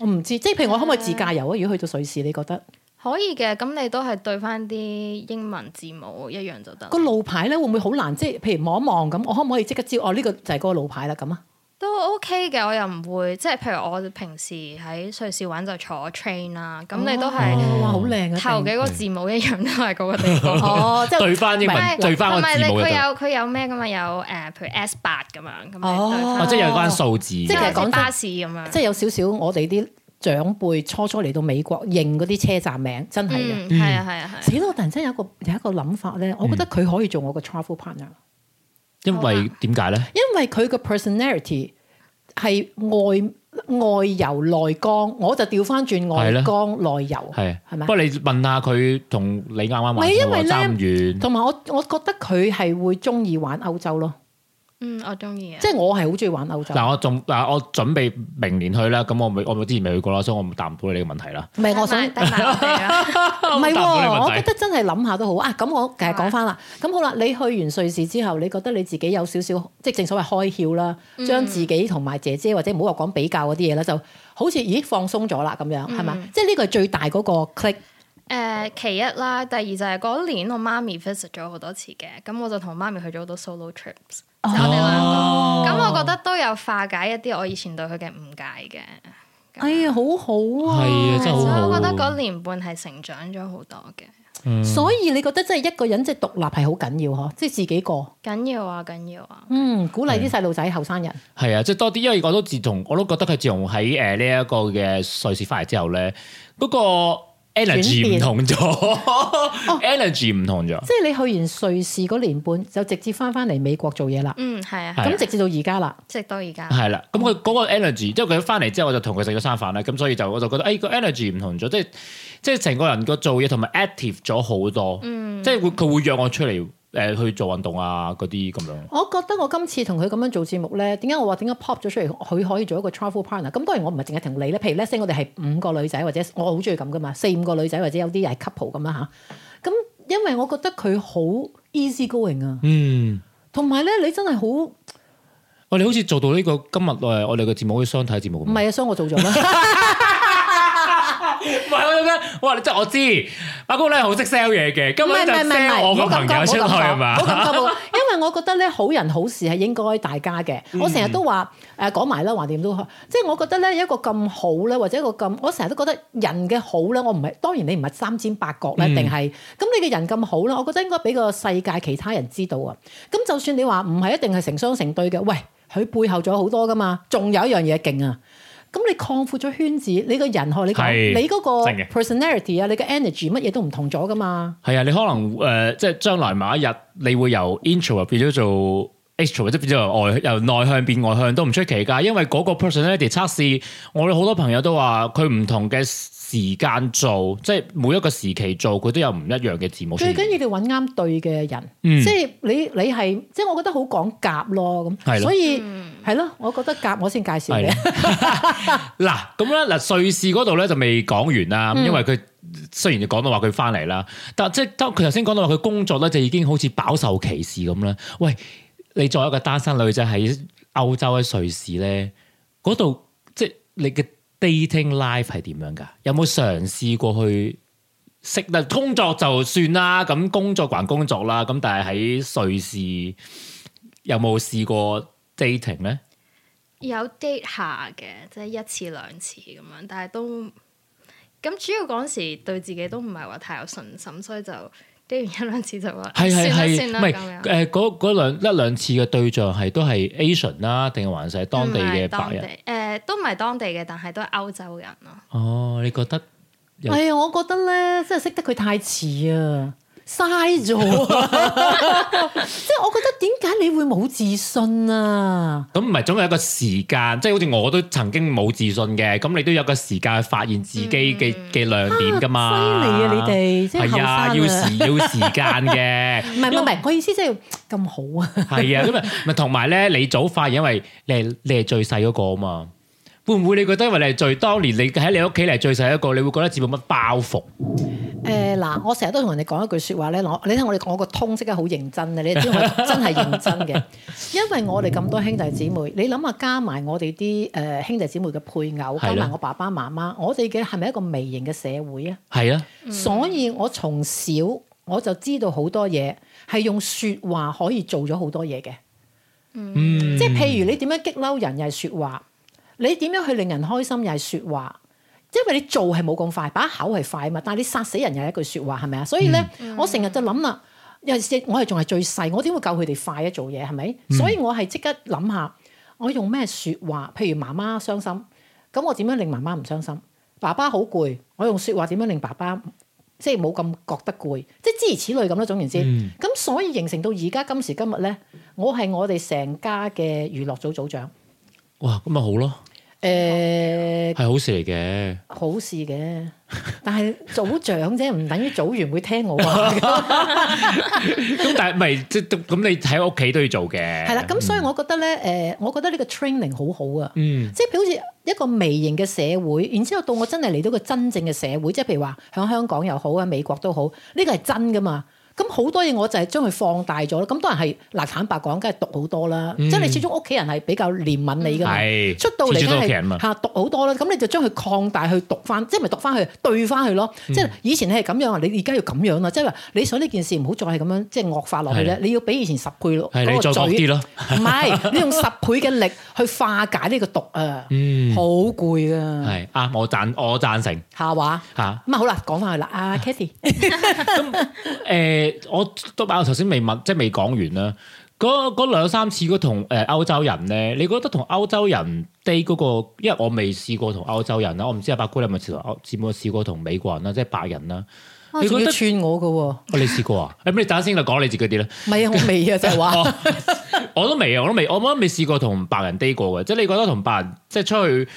我唔知，即係譬如我可唔可以自駕遊啊？如果去到瑞士，你覺得可以嘅，咁你都係對翻啲英文字母一樣就得。個路牌咧會唔會好難？即係譬如望一望咁，我可唔可以即刻知哦？呢、個就係嗰個路牌啦咁啊？都 OK 嘅，我又唔會即係譬如我平時喺瑞士玩就坐 train 啦，咁你都係。哦哇，好靚啊！頭幾個字母一樣都係嗰個 (laughs) 地方。 (laughs) 哦，即係對翻英唔文係對翻個同埋你字母就佢得，有佢有咩噶嘛？有誒，譬如 S 八咁樣咁哦樣對哦翻，即係有關數字嘅。即即係係講真講巴士咁樣。即係有少少我哋啲長輩初初嚟到美國認嗰啲車站名，真係嘅。嗯，係啊，係啊，死係啊。啦！我突然之間有一個有一個諗法咧，我覺嗯得佢可以做我個 travel partner。因為點解咧？因為佢個 personality 係外外柔內剛，我就調翻轉外剛內柔，係啊係不咪？過你問下佢同你啱啱哦唔係玩因為咧爭遠，同埋我我覺得佢係會中意玩歐洲咯，嗯，我中意啊即。係我係好中意玩歐洲。嗱我仲嗱我準備明年去啦，咁我咪我咪之前未去過啦，所以我答唔到你呢個問題啦。唔係我想，想低埋我哋 (laughs) 啊！唔係答唔到你問喎，題我覺得真係諗下都好啊。咁我其實講翻啦，咁好啦，你去完瑞士之後，你覺得你自己有少少即係正所謂開竅啦，將自己同埋姐姐或者唔好話講比較嗰啲嘢啦，就好似咦放鬆咗啦咁樣，係咪？即係呢個係最大嗰個 click。誒，其一啦，第二就係嗰年我媽咪 visit 咗好多次嘅，咁我就同媽咪去咗好多 solo trips，就哦我哋兩個。咁我覺得都有化解一啲我以前對佢嘅誤解嘅，哎呀，好好啊！係啊真係所好以好我覺得嗰年半係成長咗好多嘅。所以你覺得真係一個人即係獨立係好緊要嗬，即係自己過。緊要啊，緊要啊！嗯，鼓勵啲細路仔、後生人。係啊，即係多啲，因為我都自從我都覺得佢自從喺誒呢一個嘅瑞士翻嚟之後咧，嗰、個轉 energy 變唔同咗哦 (laughs) ，energy 唔同咗。即係你去完瑞士嗰年半，就直接翻翻嚟美國做嘢啦。嗯，係啊，係咁直至到而家啦。直到而家。係啦，咁佢嗰個 energy，即係佢翻嚟之後，我就同佢食咗餐飯啦，咁所以就我就覺得，誒、哎個 energy 唔同咗，即嗯係即係成個人個做嘢同埋 active 咗好多，即係會佢會約我出嚟誒去做運動啊嗰啲咁樣。我覺得我今次同佢咁樣做節目咧，點解我話點解 pop 咗出嚟，佢可以做一個 travel partner？咁當然我唔係淨係同你咧，譬如咧，我哋係五個女仔，或者我好中意咁噶嘛，四五個女仔或者有啲係 couple 咁啦吓，咁因為我覺得佢好 easy going 啊，嗯，同埋咧你真係好唔我哋好似做到呢、個今日誒，我哋嘅節目好似相睇節目咁。係啊，所以我做咗啦。唔係我諗緊，哇！即係我知，阿姑咧好識 sell 嘢嘅，唔今係日唔就係唔係 sell 我唔個好朋咁友講，出去唔好咁係講嘛唔好。咁講，冇因為我覺得咧好人好事係應該大家嘅。嗯我成日都話誒講埋啦，橫掂都好，即係我覺得咧一個咁好咧，或者一個咁，我成日都覺得人嘅好咧，我唔係當然你唔係三尖八角咧，嗯定係咁你嘅人咁好啦，我覺得應該俾個世界其他人知道啊。咁就算你話唔係一定係成雙成對嘅，喂，佢背後仲有好多噶嘛，仲有一樣嘢勁啊！咁你擴闊咗圈子，你個人學係你講，你嗰個真嘅 personality 啊，你嘅 energy 乜嘢都唔同咗噶嘛。係啊，你可能誒、呃即係將來某一日，你會由 intro 變咗做 extro，即係變咗由外由內向變外向都唔出奇㗎。因為嗰個 personality 測試，我哋好多朋友都話佢唔同嘅時間做，即係每一個時期做，佢都有唔一樣嘅字幕出最現。緊要你揾啱對嘅人，嗯即係你你係，即係我覺得好講夾咯係咯咁，所以係咯，我覺得夾我先介紹你係。嗱，咁咧嗱，瑞士嗰度咧就未講完啦，因為佢雖然講到話佢翻嚟啦，但即係當佢頭先講到話佢工作咧就已經好似飽受歧視咁啦。喂，你作為一個單身女仔喺歐洲喺瑞士咧，嗰度即係你嘅 dating life 係點樣㗎？有冇嘗試過去識得工作就算啦，咁工作還工作啦，咁但係喺瑞士有冇試過 dating 咧？有 date 下嘅，即係一次兩次咁樣，但係都咁主要嗰陣時對自己都唔係話太有信心，所以就 date 完一兩次就話係係算啦係，算唔啦係咁誒樣。嗰嗰兩一兩次嘅對象係都係 Asian 啦，定係還是係當地嘅白唔係當人？地，誒都唔係當地嘅，但係都係歐洲人咯。哦，你覺得有 (laughs) 哎呀，我覺得咧，真係識得佢太遲啊， (laughs) 嘥咗啊。即係我覺得點解你會冇自信啊？咁唔係總有一個時間，即係好似我都曾經冇自信嘅，咁你都有個時間去發現自己嘅嘅亮點噶嘛？ (laughs) 犀利啊你哋即係後係生 (laughs) 啊啊，要時要時間嘅，唔係唔係唔係，我意思即係咁好啊。係啊，咁啊，咪同埋咧，你早發現，因為你係你係最細嗰個啊嘛。會唔會你覺得因為你係最當年你喺你屋企你係最細一個，你會覺得自己冇乜包袱？誒呃嗱，我成日都同人哋講一句説話咧，我你睇我哋我個通識得好認真嘅，你知我真係認真嘅，因為我哋咁多兄弟姊妹，你諗下加埋我哋啲誒兄弟姊妹嘅配偶，係啦加埋我爸爸媽媽，我哋嘅係咪一個微型嘅社會啊？係啊，所以我從小我就知道好多嘢係用説話可以做咗好多嘢嘅，嗯，即係譬如你點樣激嬲人又係説話，你點樣去令人開心又係説話。因為你做係冇咁快，把口係快嘛，但係你殺死人又係一句説話，係咪啊？所以咧，我成日就諗啦，尤其是我係仲係最細，我點會夠佢哋快啊做嘢係咪？所以我係即刻諗下，我用咩説話？譬如媽媽傷心，咁我點樣令媽媽唔傷心？爸爸好攰，我用説話點樣令爸爸即係冇咁覺得攰？即係諸如此類咁啦。總言之，咁、嗯所以形成到而家今時今日咧，我係我哋成家嘅娛樂組組長。哇，咁咪好咯。誒、係好事嚟 (laughs) 嘅，好事嘅，但係組長啫，唔等於組員會聽我話。咁但係唔係即係咁你喺屋企都要做嘅，係啦，咁所以我覺得咧，誒、我覺得呢個 training 好好啊，嗯即係譬如好似一個微型嘅社會，然之後到我真係嚟到個真正嘅社會，即係譬如話響香港又好啊，美國都好，呢個係真噶嘛。咁好多嘢我就係將佢放大咗啦。咁當然係嗱，坦白講，梗係讀好多啦。即係你始終屋企人係比較憐憫你噶嘛。嗯係出到嚟始終梗都屋企人嘛係嚇讀好多啦，咁你就將佢擴大去讀翻，即係咪讀翻去對翻去咯？嗯即係以前你係咁樣啊，你而家要咁樣啦，即係話你想呢件事唔好再係咁樣，即係惡化落去係咧，你要比以前十倍咯，係你嗰再個惡啲嘴咯，唔係你用十倍嘅力去化解呢個毒啊，嗯好攰噶，係啊，我贊我贊成下話嚇。咁啊好啦，講翻去啦，阿 Kathy 誒，我都啊我頭先未問，即係未講完啦。嗰嗰兩三次嗰同誒歐洲人咧，你覺得同歐洲人 date 嗰個，因為我未試過同歐洲人啦，我唔知阿白姑你有冇試過歐，有冇試過同美國人啦，即係白人啦。啊你仲覺要得串我噶喎，哦你試過啊？誒，咁你等下先，就講你自己啲啦。唔係啊，我未啊，就係話 (laughs) 哦，我都未啊，我都未，我都未試過同白人 date 過嘅。即係你覺得同白人即係出去，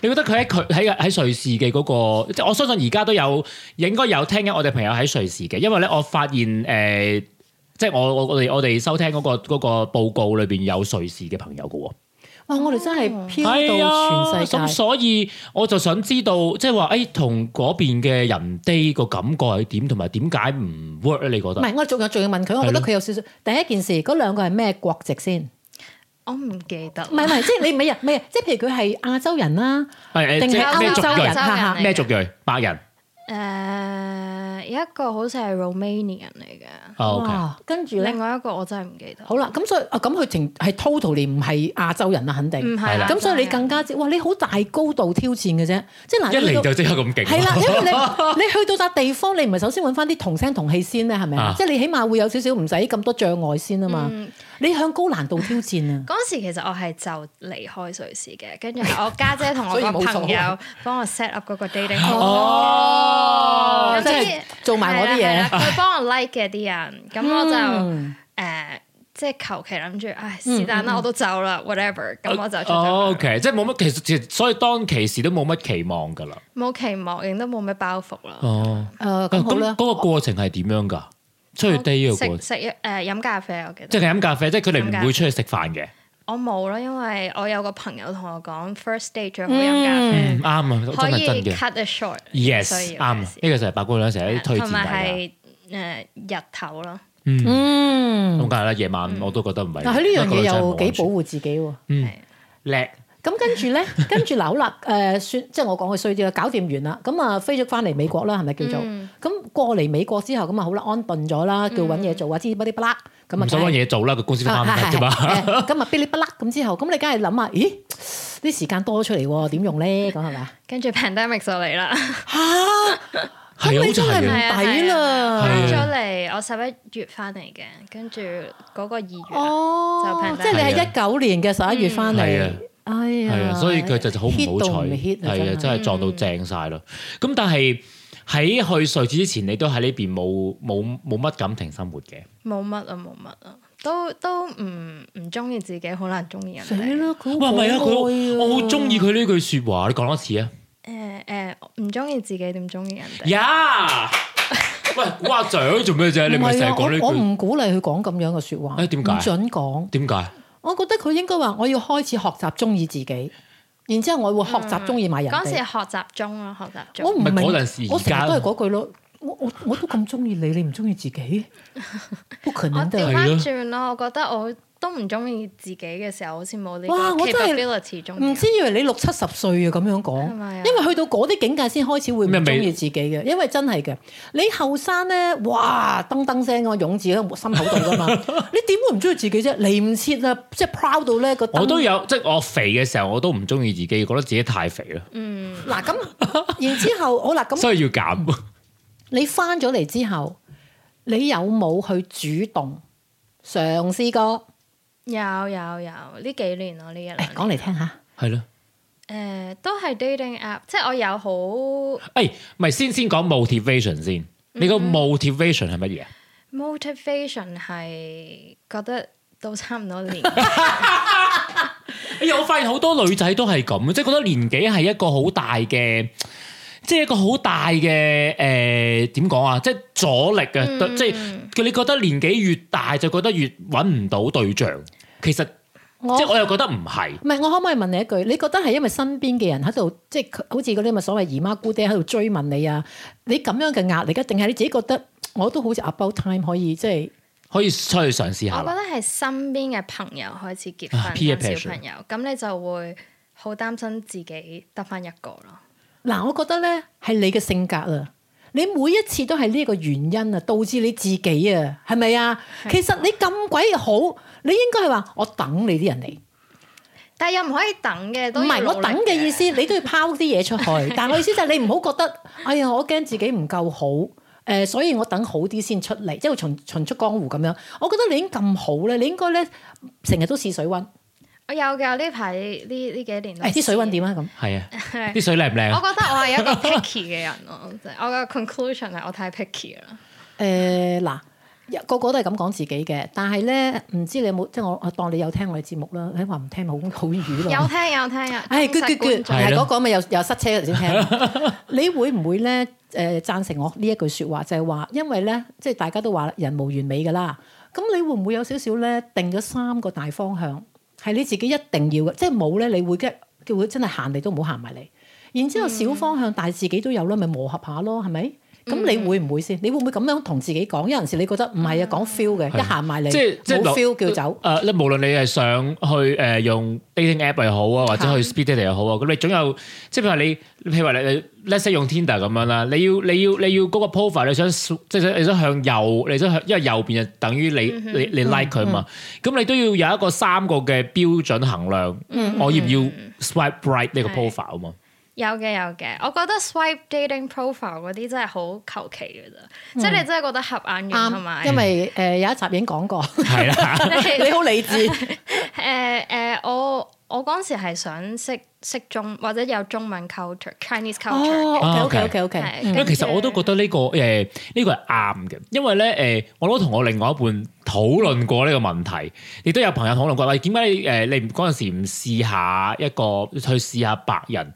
你覺得佢喺佢喺喺瑞士嘅嗰、個，即係我相信而家都有應該有聽緊我哋朋友喺瑞士嘅，因為咧我發現誒、呃即係我我我哋我哋收聽嗰、個嗰、個報告裏邊有瑞士嘅朋友嘅喎。哇！我哋真係飄到全係啊世界。咁所以我就想知道，即係話誒，同嗰邊嘅人 d 個感覺係點，同埋點解唔 work 咧？你覺唔得？係，我仲有仲要問佢，我啊覺得係咯佢有少少。第一件事，嗰兩個係咩國籍先？我唔記得唔。係唔係，即係你唔係啊，唔係啊即係譬如佢係亞洲人啦，係誒，定即係係咩歐族洲人？裔？哈哈嚟嘅咩族裔？白人。誒，有一個好似係 Romanian 嚟嘅，哦，OK。哇！跟住咧另，外一個我真係唔記得。好啦，咁所以啊，咁佢情係 totally 唔係亞洲人啦，肯定。唔係啦咁所以你更加知，哇！你好大高度挑戰嘅啫，即係嗱，一呢嚟個就即刻咁勁。係 (laughs) 啦，因為 (laughs) 你你去到笪地方，你唔係首先揾翻啲同聲同氣先咩？係咪啊啊即係你起碼會有少少唔使咁多障礙先啊嘛。嗯你向高難度挑戰 (laughs) 啊！嗰陣時其實我係就離開瑞士嘅，跟 (laughs) 住係我家姐同我所以個冇所謂朋友幫我 set up 嗰個 dating app。哦有，即係啲做埋我啲係啦嘢係啦佢幫我 like 嘅啲人，咁我就嗯誒即係求其諗住，唉是但啦，我都走啦，whatever，咁我就出嗯哦咗去。 ，OK，即係冇乜，其實其實所以當其時都冇乜期望㗎啦。冇期望，亦都冇咩包袱啦。哦，誒咁啊咁好啦嗰。個過程係點樣㗎？出去 day 嘅過食程，食一誒飲咖啡，我記即得。係飲咖啡，即係佢哋飲咖唔啡會出去食飯嘅。我冇啦，因為我有個朋友同我講，first day 最好飲咖啡，嗯，啱啊，可真係真以嘅。 cut it short 所以 Yes，有啱啊，陣時。呢個就係白姑娘成日啲推同薦大埋家。係誒日頭咯，嗯咁，梗係啦，夜晚我都覺得唔係。嗱，佢呢樣嘢又幾保保護自己 (laughs) 喎。叻，咁跟住咧，跟住嗱好啦，誒、算即係我講佢衰啲啦，搞掂完啦，咁啊飛咗翻嚟美國啦，係咪叫做？咁、過嚟美國之後，咁啊好啦，安頓咗啦，叫揾嘢做啊，之不啲不啦，咁啊唔使揾嘢做啦，個公司都翻唔得啫嘛。誒咁啊噼哩不啦咁之後，咁你梗係諗啊，咦啲時間多咗出嚟喎，點用咧？咁係咪啊？跟住 pandemic 就嚟啦，係啊嚇咁你真係唔係啊抵啦！翻係咗嚟我十一月翻嚟嘅，跟住嗰個二月啊就哦 pandemic，即係你係一九年嘅十一月翻係嚟啊，哎呀，係啊，所以佢就就好唔 hit 到好唔彩， hit 係啊，真係撞到嗯正晒咯。咁但係喺去瑞士之前，你都喺呢邊冇冇冇乜感情生活嘅。冇乜啊冇乜啊，都都唔唔中意自己，好難中意人死哋。啦！佢哇，唔係啊，佢好我好中意。意佢呢句説話，你講多次啊。誒誒，唔中意自己點中意人哋？呀，喂， (laughs) 估下獎做咩啫？你咪唔係成日啊講呢我我句，唔鼓勵佢講咁樣嘅説話。誒點解唔準講。點解？我覺得佢應該話我要開始學習中意自己，然之後我會學習中意埋人嗯嗰陣時哋。學習中咯，學習我中。唔明咪嗰陣時我而成家日都係嗰句咯。我我我都咁中意你，你唔中意自 (laughs) 己，不可我能啊調的。翻係咯轉咯，我覺得我都唔中意自己嘅時候，好似冇呢哇個我真係 capability 中意唔人。知以為你六七十歲啊咁樣講係咪啊，因為去到嗰啲境界先開始會咩唔中未意自己嘅，因為真係嘅，你後生咧，哇，噔噔聲啊咁湧字喺心口度 (laughs) 噶嘛，你點會唔中意自己啫？嚟唔切啊，即係 proud 到咧個燈我都有，即係我肥嘅時候，我都唔中意自己，覺得自己太肥啦，嗯嗱咁，然之後好啦，咁所以要減。 (laughs) 你翻咗嚟之後，你有冇去主動嘗試過？有有有，呢幾年咯，呢一兩誒，年。講嚟聽下。係咯，誒、都係 dating app，即係我有好誒，咪哎先先講 motivation 先，你嗯個 motivation 係乜嘢啊？ motivation 係覺得都差唔多 (laughs) 年，哎呀，我發現好多女仔都係咁，即係覺得年紀係一個好大嘅，即係一個好大嘅誒點講啊，即係阻力啊，對即係你覺得年紀越大就覺得越揾唔到對象，其實我即係我又覺得唔係。唔係，我可唔可以問你一句？你覺得係因為身邊嘅人喺度，即係好似嗰啲咪所謂姨媽姑爹喺度追問你啊？你咁樣嘅壓力，一定係你自己覺得我都好似 about time 可以即係可以出去嘗試我下覺啦。得係身邊嘅朋友開始結啊婚，peer 生 pressure 小朋友，咁你就會好擔心自己得翻一個咯。嗱，我覺得咧係你嘅性格啊。你每一次都係呢一個原因啊，導致你自己啊，係咪啊？係其實你咁鬼好，你應該係話我等你啲人嚟。但係又唔可以等嘅，都唔要係，我努力等嘅意思，你都要拋啲嘢出去。 (laughs) 但我意思就係你唔好覺得，哎呀，我驚自己唔夠好，誒、所以我等好啲先出嚟，即係巡巡出江湖咁樣。我覺得你已經咁好咧，你應該咧成日都試水温，我有嘅呢排呢呢幾年都誒啲水温點啊咁？係啊，係啲水靚唔靚我啊？覺得我係一個 (laughs) (laughs) picky 嘅人咯，即係我嘅 conclusion 係我太 picky 啦。誒嗱、個個都係咁講自己嘅，但係咧唔知你有冇即係我我當你有聽我哋節目啦，你話唔聽咪好好淤咯。有聽有聽啊！唉，good good 忠實 good，觀眾係係咯嗰個咪又又塞車頭先聽。 (laughs) 你會唔會咧？誒、贊成我呢一句説話，就係、話，因為咧，即係大家都話人無完美㗎啦。咁你會唔會有少少咧定咗三個大方向，係你自己一定要嘅，即係冇咧，你會嘅叫佢真係行你都唔好行埋嚟。然之後小方向，但係自己都有啦，咪磨合下咯，係咪？咁你會唔會先？你會唔會咁樣同自己講？有陣時你覺得唔係啊，講 feel 嘅，係一行埋嚟即係即係冇落 feel 叫走。誒，你無論你係上去誒用 dating app 又好啊，或者去 speed dating 又好啊，咁你總有即係譬如話你，譬如話你你 let's say 用 Tinder 咁樣啦，你要你要你要嗰個 profile，你想即係你想向右，你想向因為右邊就等於你你你 like 佢嘛，咁你都要有一個三個嘅標準衡量，我要唔要 swipe right 呢個係 profile 啊嘛？有嘅有嘅，我覺得 swipe dating profile 嗰啲真係好求其嘅啫，即係你真係覺得合眼緣嗯同嗯埋啱， (laughs) 因為誒、有一集已經講過，係啦，你好理智。誒誒，我我嗰陣時係想識識中或者有中文 culture、Chinese culture 嘅。哦，OK OK，OK， OK OK，係因為其實我都覺得呢、個誒呢、個係啱嘅，因為咧誒、我都同我另外一半討論過呢個問題，亦都有朋友討論過，喂，點解你誒、你唔嗰陣時唔試下一個去試下白人？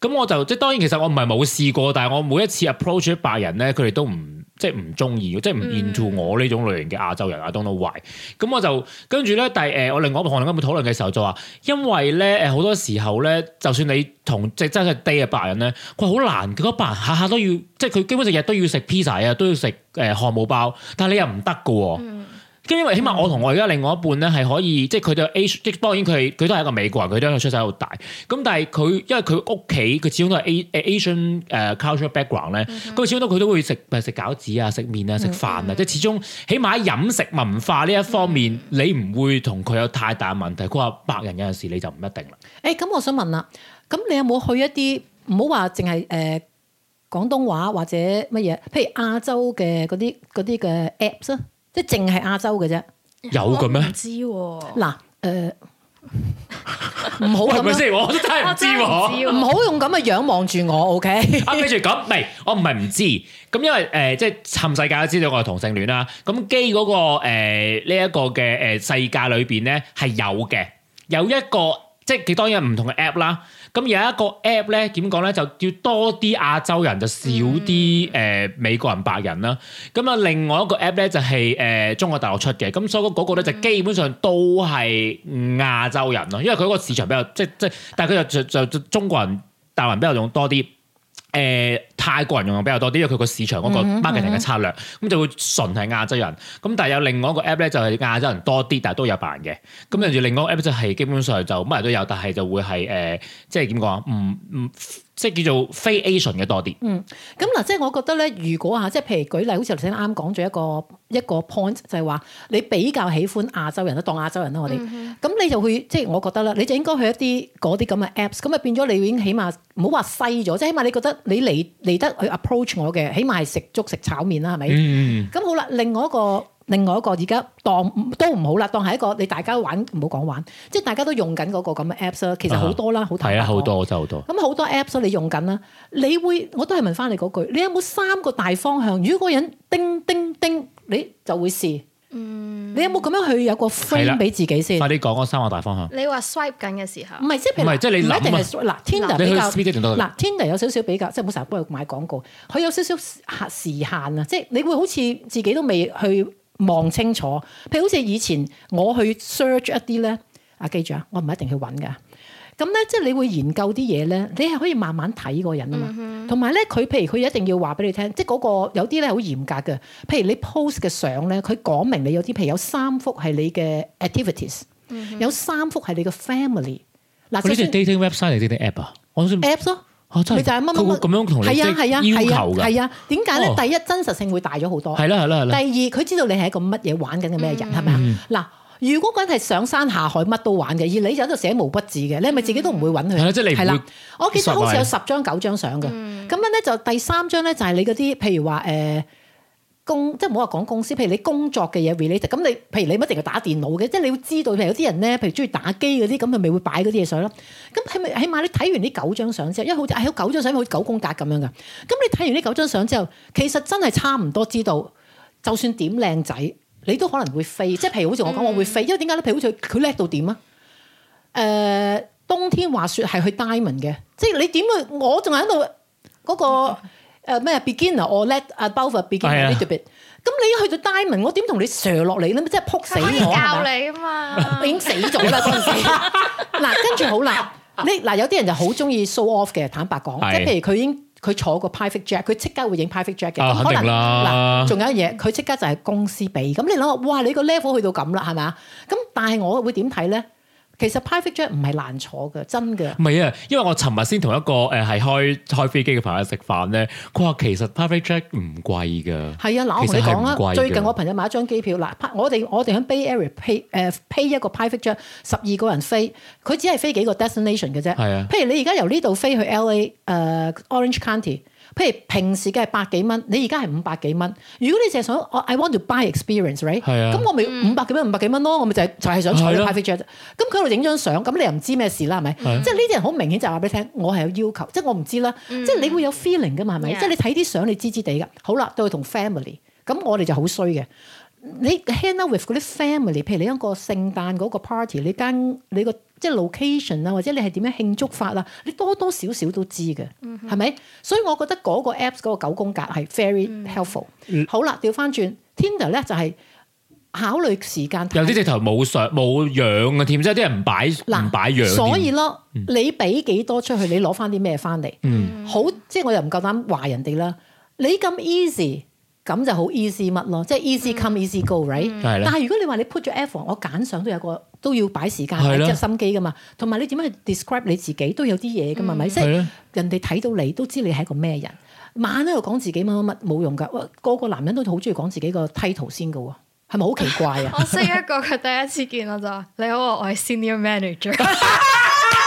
咁我就即係當然其實我唔係冇試過，但係我每一次 approach 啲白人咧，佢哋都唔即係唔中意，即係唔 into 我呢種類型嘅亞洲人，I don't know why。咁我就跟住咧，但係呃誒我另外一個朋友咁討論嘅時候就話，因為咧誒好多時候咧，就算你同即係真係 date 嘅白人咧，佢好難，佢嗰白人下下都要，即係佢基本上日都要食 pizza 啊，都要食誒、漢堡包，但係你又唔得嘅喎。咁因為起碼我同我而家另外一半咧係可以，即係佢對 Asian，即係當然佢佢都係一個美國人，佢都係出世好大。咁但係佢因為佢屋企佢始終都係 A 誒 Asian 誒 cultural background 咧，咁始終都佢都會食誒食餃子啊、食麵啊、食飯啊，即係始終起碼喺飲食文化呢一方面，你唔會同佢有太大問題。佢話白人有陣時你就唔一定 (laughs) 啦。誒，咁我想問啦，咁你有冇去一啲唔好話淨係誒廣東話或者乜嘢，譬如亞洲嘅嗰啲嗰啲嘅 apps 啊，即係淨係亞洲嘅啫。有嘅咩我唔知喎，嗱誒，唔好喂，係咪咁樣，先？我都真係唔知喎我真係。唔唔知喎好用咁嘅樣望住我，OK？啊，跟住咁，唔係，我唔係唔知，咁因為誒、呃即係冚世界都知道我係同性戀啦。咁基嗰個誒呢一個嘅誒呃世界裏邊咧係有嘅，有一個呃即係佢當然有唔同嘅 app 啦。咁有一個 app 咧點講咧，就要多啲亞洲人，就少啲誒、呃美國人、白人啦。咁啊，另外一個 app 咧就係、呃中國大陸出嘅，咁所以嗰個咧就基本上都係亞洲人咯，因為佢嗰個市場比較即即，但係佢就就就中國人、大陸人比較用多啲。誒、呃泰國人用嘅比較多啲，因為佢個市場嗰個嗯 marketing 嘅策略，咁、就會純係亞洲人。咁但係有另外一個 app 咧，就係亞洲人多啲，但係都有扮嘅。咁跟住另外一個 app 就係基本上就乜人都有，但係就會係誒、呃即係點講啊？唔唔，即係叫做非 Asian 嘅多啲。嗯咁嗱，即係我覺得咧，如果嚇，即係譬如舉例，好似頭先啱講咗一個一個 point，就係話你比較喜歡亞洲人啦，當亞洲人啦，我哋，咁、你就去，即係我覺得啦，你就應該去一啲嗰啲咁嘅 apps，咁啊變咗你已經起碼唔好話西咗，即係起碼你覺得你嚟嚟得去 approach 我嘅，起碼係食粥食炒麵啦，係咪？嗯，咁好啦，另外一個另外一個而家當都唔好啦，當係一個你大家玩唔好講玩，即係大家都用緊嗰個咁嘅 apps 啦，其實好多啦，好坦係白啊，好講多真係好多。咁好多 apps 啊你用緊啦，你會我都係問翻你嗰句，你有冇三個大方向？如果嗰個人叮叮叮，你就會試。你有冇咁樣去有個係啦 frame 俾自己先？快唔啲講嗰三個大啊方向。你話 swipe 緊嘅時候，係即係譬如唔係即係你啊唔一定係嗱，Tinder 你比去較 speed dating 都得嗱，Tinder 啊有少少比較，即係唔好成日幫佢買廣告，佢有少少限時限啊，即係你會好似自己都未去望清楚。譬如好似以前我去 search 一啲咧，啊記住啊，我唔一定去揾㗎。咁咧，即係你會研究啲嘢咧，你係可以慢慢睇個人啊嗯嘛。同埋咧，佢譬如佢一定要話俾你聽，即係嗰個有啲咧好嚴格嘅。譬如你 post 嘅相咧，佢講明你有啲，譬如有三幅係你嘅 activities，有三幅係你嘅 family。嗱，嗯佢就呢算隻 dating website 定 dating app 啊？我想 apps 咯。啊，真佢就係乜乜佢會乜咁樣同你係啊係啊即係要求係啊㗎。係啊，點解哦咧？第一真實性會大咗好多。係啦係啦係嗯第啦。二，佢知道你係一個乜嘢玩緊嘅咩人，係咪啊？嗱，如果嗰人係上山下海乜都玩嘅，而你就喺度寫毛筆字嘅，你係咪自己都唔會揾佢？係啦即係你唔會係啦，我記得好似有索十張九張相嘅，咁樣咧就第三張咧就係你嗰啲，譬如話誒。呃公即係唔好話講公司，譬如你工作嘅嘢 related，咁你譬如你唔一定要打電腦嘅，即係你會知道，譬如有啲人咧，譬如中意打機嗰啲，咁佢咪會擺嗰啲嘢上咯。咁起咪起碼你睇完呢九張相之後，因為好似係有九張相好似九宮格咁樣噶。咁你睇完呢九張相之後，其實真係差唔多知道就算點靚仔，你都可能會飛。即係譬如好似我講，我會飛，因為點解咧？譬如好似佢佢叻到點啊？誒、呃冬天滑雪係去 diamond 嘅，即係你點會？我仲喺度嗰個誒咩 beginner or let above a 嗯係 beginner 啊 little bit。咁你一去到 diamond，我點同你射落嚟咧？即係撲死佢可以我係教咪你啊 (laughs) 嘛我已。經死 (laughs) 咗啦嗰陣時。嗱，跟住好啦，你嗱有啲人就好中意 show off 嘅，坦白講，係即係譬如佢已經佢坐個 private jet，佢即刻會影 private jet 嘅。啊咁肯定啦嗱，仲有一樣嘢，佢即刻就係公司俾。咁你諗下，哇！你個 level 去到咁啦，係咪啊？咁但係我會點睇咧？其實 private jet 唔係難坐嘅，真嘅。唔係啊，因為我尋日先同一個誒係開開飛機嘅朋友食飯咧，佢話其實 private jet 唔貴㗎，係啊，嗱，我其同實你係唔講貴啦，嘅最近我朋友買一張機票，嗱，我哋我哋喺 Bay Area pay 誒、pay 一個 private jet，十二個人飛，佢只係飛幾個 destination 嘅啫。係啊譬如你而家由呢度飛去 LA 誒、Orange County。譬如平時嘅係百幾蚊，你而家係五百幾蚊。如果你淨係想我 I want to buy experience，right？係啊咁我咪五百幾蚊，五百幾蚊咯。我咪就係就係想坐係個咯 private jet 啫。咁佢喺度影張相，咁你又唔知咩事啦，係咪？即係啊呢啲人好明顯就係話俾你聽，我係有要求，即係我唔知啦。即係你會有 feeling 噶嘛，係咪？ Yeah 即係你睇啲相，你知知地噶。好啦，到佢同 family，咁我哋就好衰嘅。你 hang out with 嗰啲 family，譬如你一個聖誕嗰個 party，你間你個即係 location 啊，或者你係點樣慶祝法啊，你多多少少都知嘅，係咪、所以我覺得嗰個 apps 嗰個九宮格係 very helpful。好啦，調翻轉 Tinder 咧就係、考慮時間太有啲直頭冇上冇樣嘅添，即係啲人唔擺唔擺樣添。所以咯，你俾幾多出去，你攞翻啲咩翻嚟？嗯好，即係我又唔夠膽話人哋啦。你咁 easy，咁就好 easy 乜咯？即係嗯 easy come easy go，right？、係啦但係如果你話你 put 咗 effort，我揀相都有個都要擺時間，係啦即係心機噶嘛。同埋你點樣去 describe 你自己都有啲嘢噶嘛，係咪、即係係啦人哋睇到你都知你係一個咩人。晚喺度講自己乜乜乜冇用㗎，哇個個男人都好中意講自己個 title 先㗎喎，係咪好奇怪 (laughs) 啊？我識一個，佢第一次見我就話：你好啊，我係 (laughs) senior manager。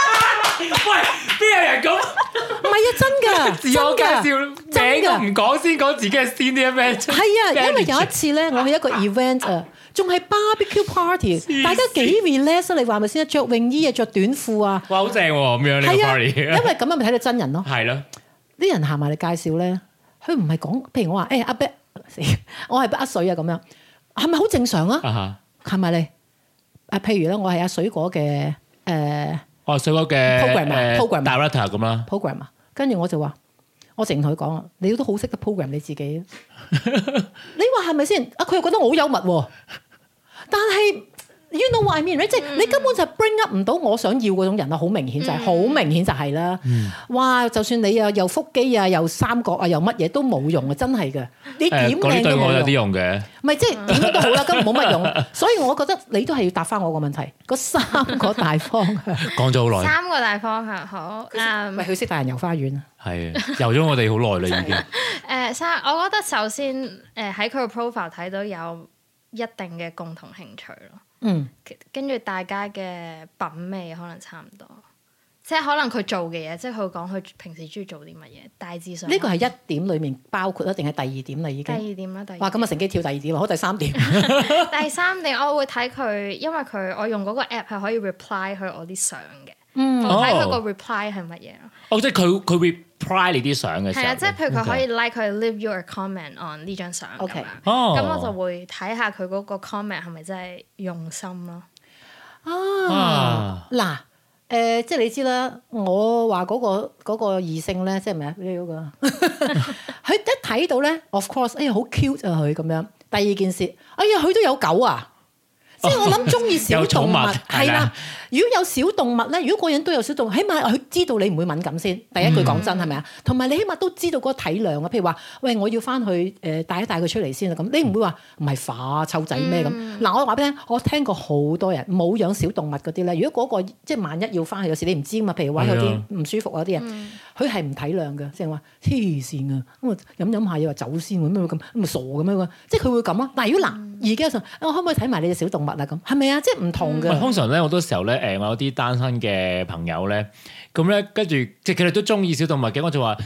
邊有人咁唔係啊，真㗎，自我介真㗎紹真名㗎都唔講先講自己係 senior manager？係啊，因為有一次咧，我去一個 event 啊，仲係 barbecue party，大家幾 relax 啊？你話咪先啊？着泳衣啊，着短褲啊，哇好正喎咁樣呢係個 (laughs) 啊，(laughs) 因 party 為咁樣咪睇到真人咯。係咯，啲人行埋嚟介紹咧，佢唔係講，譬如我話哎誒阿 b 死，我係阿水啊咁樣，係咪好正常啊？啊哈，係咪你？啊，譬如咧，我係阿水果嘅誒我水果嘅 Program 啊誒 program 啊 director 咁啦， program 啊，跟住我就話，我直情同佢講啊，你都好識得 program 你自 (laughs) 己啊。你話係咪先？啊，佢又覺得我好幽默喎、但係 you know what I mean，right？即係你根本就 bring up 唔到我想要嗰種人啦，啊好明顯就係、好明顯就係啦。嗯哇！就算你啊又腹肌啊又三角啊又乜嘢都冇用啊，真係嘅。你誒點嗰啲靚都對我有冇啲用用，嘅，唔係即係點都好啦，根本冇乜用。 (laughs) 所以我覺得你都係要答翻我個問題，嗰三個大方向。講咗好耐，三個大方向好，唔嗯係佢識帶人遊花園啊！係遊咗我哋好耐啦已經。誒三，我覺得首先誒喺佢個 profile 睇到有一定嘅共同興趣咯。嗯。跟住大家嘅品味可能差唔多，即係可能佢做嘅嘢，即係佢講佢平時中意做啲乜嘢，大致上呢個係一點裡面包括一定係第二點啦，已第經。二點啦，第二哇！咁啊，乘機跳第二點啦，好第三點。 (laughs) 第三點我會睇佢，因為佢我用嗰個 app 係可以 reply 佢我啲相嘅，嗯我睇佢哦個 reply 係乜嘢咯。哦，即係佢佢 reply 你啲相嘅時候，係啊啦，即係嗯譬如佢可以 OK like 佢 leave your comment on 呢張相咁 OK 樣，哦咁我就會睇下佢嗰個 comment 係咪真係用心咯。啊！啊嗱，誒，即係你知啦，我話嗰個嗰個異性咧，即係咪啊？你 (laughs) 嗰個佢一睇到咧，of course，哎呀，好 cute 啊佢咁樣。第二件事，哎呀，佢都有狗啊！即係我諗中意 (laughs) 小有寵動物物係係啦啦。如果有小動物咧，如果個人都有小動物，起碼佢知道你唔會敏感先。第一句講真係咪啊？嗯同埋你起碼都知道嗰個體諒啊。譬如話，喂，我要翻去誒、呃帶一帶佢出嚟先啊。咁你唔會話唔係化臭仔咩咁？嗯嗱、我話俾你聽，我聽過好多人冇養小動物嗰啲咧。如果嗰、個即係萬一要翻去，有時你唔知嘛。譬如話有係啊嗯啲唔舒服啊啲人，佢係唔體諒嘅，即係話黐線啊！咁啊飲飲下嘢話走先喎，咩會咁咁咪傻咁樣喎？即係佢會咁啊。但係如果嗯嗱而家就啊我可唔可以睇埋你隻小動物啊？咁係咪啊？即係唔同嘅。喂通常咧，好多時候咧，誒，我有啲單身嘅朋友咧，咁咧，跟住即係佢哋都中意小動物嘅，我就話：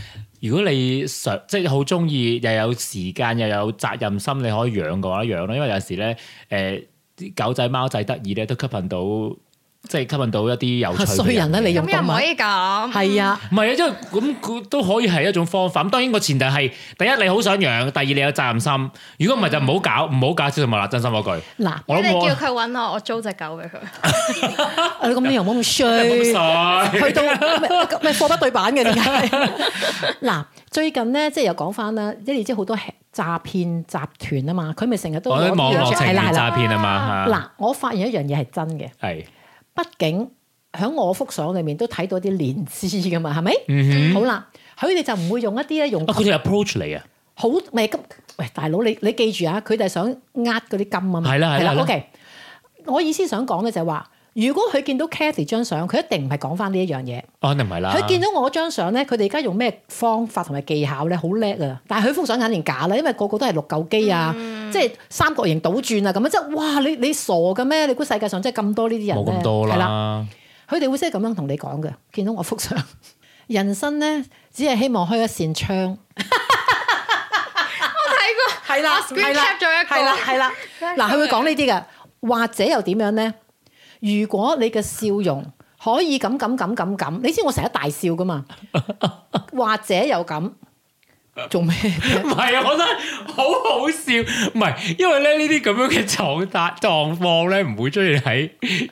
如果你想即係好中意，又有時間又有責任心，你可以養嘅話，養咯。因為有時咧，誒、啲狗仔貓仔得意咧，都吸引到即係吸引到一啲有趣嘅衰人啦你嘅用啊咁又唔可以咁，係啊。唔係啊，即係咁佢都可以係一種方法。咁當然個前提係第一你好想養，第二你有責任心。如果唔係就唔好搞，唔好搞小動物啦。真心嗰句，嗱，我你諗我叫佢揾我，我租只狗俾佢。你咁你又冇咁衰。咁衰去到咩咩貨不對版嘅點解？嗱，最近咧即係又講翻啦，即係你知好多詐騙集團啊嘛，佢咪成日都我啲攞網啲嘢絡出情係緣啦係啦詐騙啊嘛嚇，嗱，我發現一樣嘢係真嘅，係畢竟喺我幅相裏面都睇到啲連枝噶嘛，係咪？嗯好啦，佢哋就唔會用一啲咧用哼，啊佢哋 approach 你啊，好咪咁喂大佬，你你記住啊，佢哋係想呃嗰啲金啊嘛，係啦係啦係啦 OK，我意思想講咧就係話，如果佢見到 Cathy 張相，佢一定唔係講翻呢一樣嘢。哦肯定唔係啦，佢見到我張相咧，佢哋而家用咩方法同埋技巧咧，好叻啊！但係佢幅相肯定假啦，因為個個都係六嚿機啊，嗯即係三角形倒轉啊咁樣，即係哇！你你傻嘅咩？你估世界上真係咁多呢啲人冇咩咁多係啦，啦，佢哋會即係咁樣同你講嘅。見到我幅相，人生咧只係希望開一扇窗。睇過，係啦，我 screen 係啦 cap 咗一個，係啦，係啦。真係嗱，佢會咁講呢啲嘅，或者又點樣咧？如果你嘅笑容可以咁咁咁咁咁，你知我成日大笑噶嘛？或者又咁，做咩？唔係啊，我覺得好好笑，唔係因為咧呢啲咁樣嘅狀態狀況咧，唔會出現喺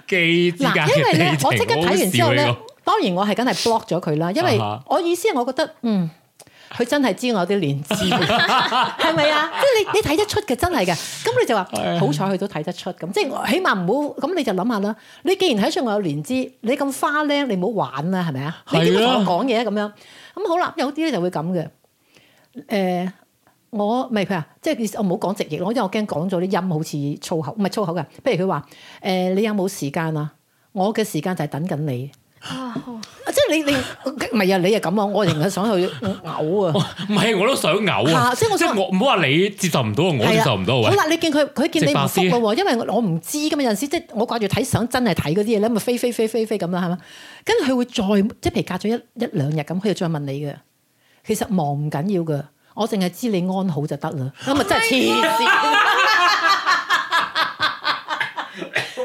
機之間嗱，因嘅為地咧，情我即刻睇完之後好好笑呢咧個，當然我係梗係 block 咗佢啦，因為啊哈我意思係我覺得嗯。佢真係知我有啲連枝，係咪啊？ (laughs) 即係你你睇得出嘅，真係嘅。咁你就話好彩佢都睇得出咁，即係我起碼唔好咁你就諗下啦。你既然睇出我有連枝，你咁花靚，你唔好玩啦，係咪啊？你點會係啊同我講嘢啊咁樣？咁好啦，有啲咧就會咁嘅。誒、我唔係佢話，即係我唔好講直譯咯，因為我驚講咗啲音好似粗口，唔係粗口嘅。譬如佢話誒，你有冇時間啊？我嘅時間就係等緊你。 (laughs) 啊即係你你唔係啊！你又咁啊！我成日想去 (laughs) 嘔啊！唔係我都想嘔啊，嚇即係我想我唔好話你接受唔到，我接受唔到啊係啊好喂。啦，你見佢佢見你直白唔啲覆咯喎，因為我唔知噶嘛，有陣時即係我掛住睇相，真係睇嗰啲嘢咧，咪飛飛飛飛飛咁啦，係嘛？跟住佢會再即係譬如隔咗一一兩日咁，佢就再問你嘅。其實忙唔緊要噶，我淨係知你安好就得啦。咁啊真係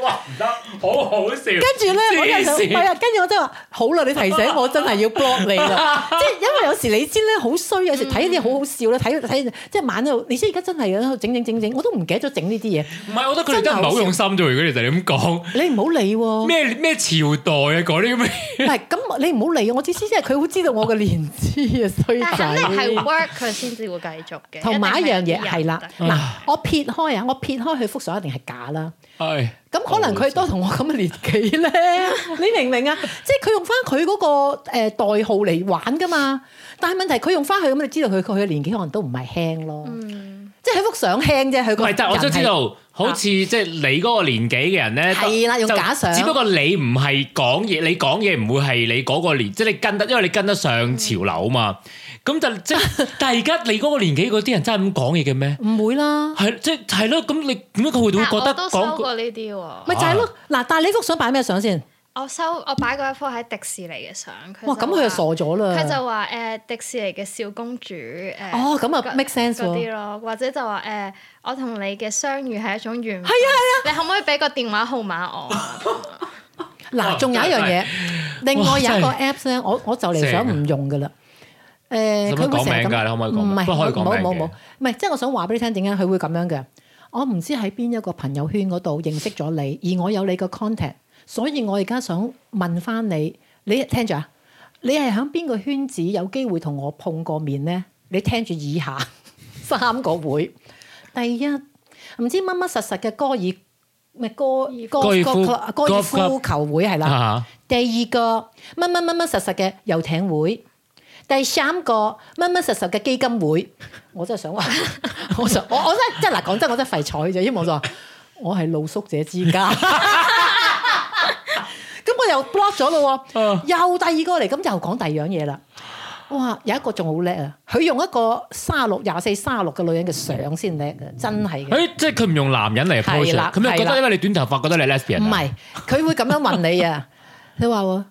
Oh 黐線！哇唔得，好好笑。跟住咧，我黐就想線係啊，跟住我真係話好啦，你提醒我真係要 block 你 (laughs) 啦。即係因為有時你知咧好衰，有時睇啲嘢好好笑咧，睇睇即係晚喺度，你知而家真係喺度整整整整，我都唔記得咗整呢啲嘢。唔係，我覺得佢哋真係唔係好用心啫喎。如果你就係咁講，你唔好理喎。咩咩朝代啊，講啲 (laughs) 咁嘅唔係咁，你唔好理我。只知即係佢好知道我嘅年資啊，衰但肯定係仔。 work 佢先至會繼續嘅。同埋一樣嘢定係啦，嗱，我撇開啊，我撇開佢幅相一定係假啦。係哦咁可能佢都同我咁嘅年紀 (laughs) 咧，你明唔明啊？即係佢用翻佢嗰個誒代號嚟玩噶嘛。但係問題佢用翻佢咁，你知道佢佢嘅年紀可能都唔係輕咯。嗯即係佢幅相輕啫，佢唔個係？但係我人想係知道，好似即係你嗰個年紀嘅人咧，係啦就用假相只不過你唔係講嘢，你講嘢唔會係你嗰個年，即係你跟得，因為你跟得上潮流啊嘛。咁就 (laughs) 即係，但係而家你嗰個年紀嗰啲人真係咁講嘢嘅咩？唔會啦。係即係係咯，咁你點解佢會但會覺我得都收講過呢啲喎，咪就係咯，啊嗱，但係你幅相擺咩相先？我收我擺過一幅喺迪士尼嘅相。佢哇，就咁佢就話傻咗啦。佢就話誒、呃迪士尼嘅小公主誒，呃哦咁啊嗰 make sense 喎嗰啲咯，或者就話誒、呃我同你嘅相遇係一種緣分，係啊係啊，你可唔可以俾個電話號碼我 (laughs) 啊？哇嗱，仲有一樣真係嘢，另外有一個哇 Apps 咧，我我就嚟想唔用噶啦。誒，使唔使佢會成日講名㗎咁，你可唔可以講唔係，不過可以冇講冇名冇嘅冇，唔係，即係我想話俾你聽點解佢會咁樣嘅。我唔知喺邊一個朋友圈嗰度認識咗你，而我有你個 contact，所以我而家想問翻你，你聽住啊，你係喺邊個圈子有機會同我碰過面呢？你聽住以下 (laughs) 三個會，第一唔知乜乜實實嘅歌爾咩歌歌高爾夫歌高爾夫球會係啦。啊？第二個乜乜乜乜實實嘅遊艇會，第三個乜乜實實嘅基金會，我真係想話，我想我我真係真係嗱講真，我真係廢彩啫，因為我就話我係露宿者之家。咁我又 block 咗咯喎，啊又第二個嚟，咁又講第二樣嘢啦。哇！有一個仲好叻啊，佢用一個三六廿四三六嘅女人嘅相先叻啊，真係嘅。誒，即係佢唔用男人嚟 approach，係啦咁你覺係得啦因為你短頭髮，覺得你係 lesbian 唔啊係，佢會咁樣問你啊！你話喎，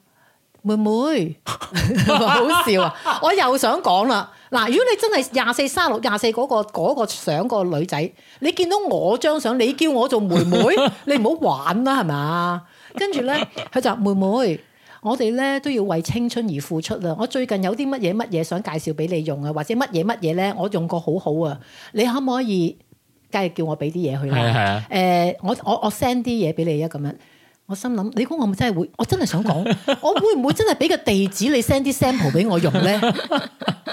妹妹，好笑啊！我又想講啦，嗱，如果你真係廿四、三六、廿四嗰個嗰、個相個女仔，你見到我張相，你叫我做妹妹，你唔好玩啦，係嘛？啊跟住咧，佢就話妹妹。我哋咧都要為青春而付出啊！我最近有啲乜嘢乜嘢想介紹俾你用啊，或者乜嘢乜嘢咧，我用過好好啊！你可唔可以，梗係叫我俾啲嘢佢係啊啦？係啊誒、呃我我我 send 啲嘢俾你啊，咁樣。我心諗，你估我咪真係會？我真係想講，我會唔會真係俾個地址你 send 啲 sample 俾我用咧？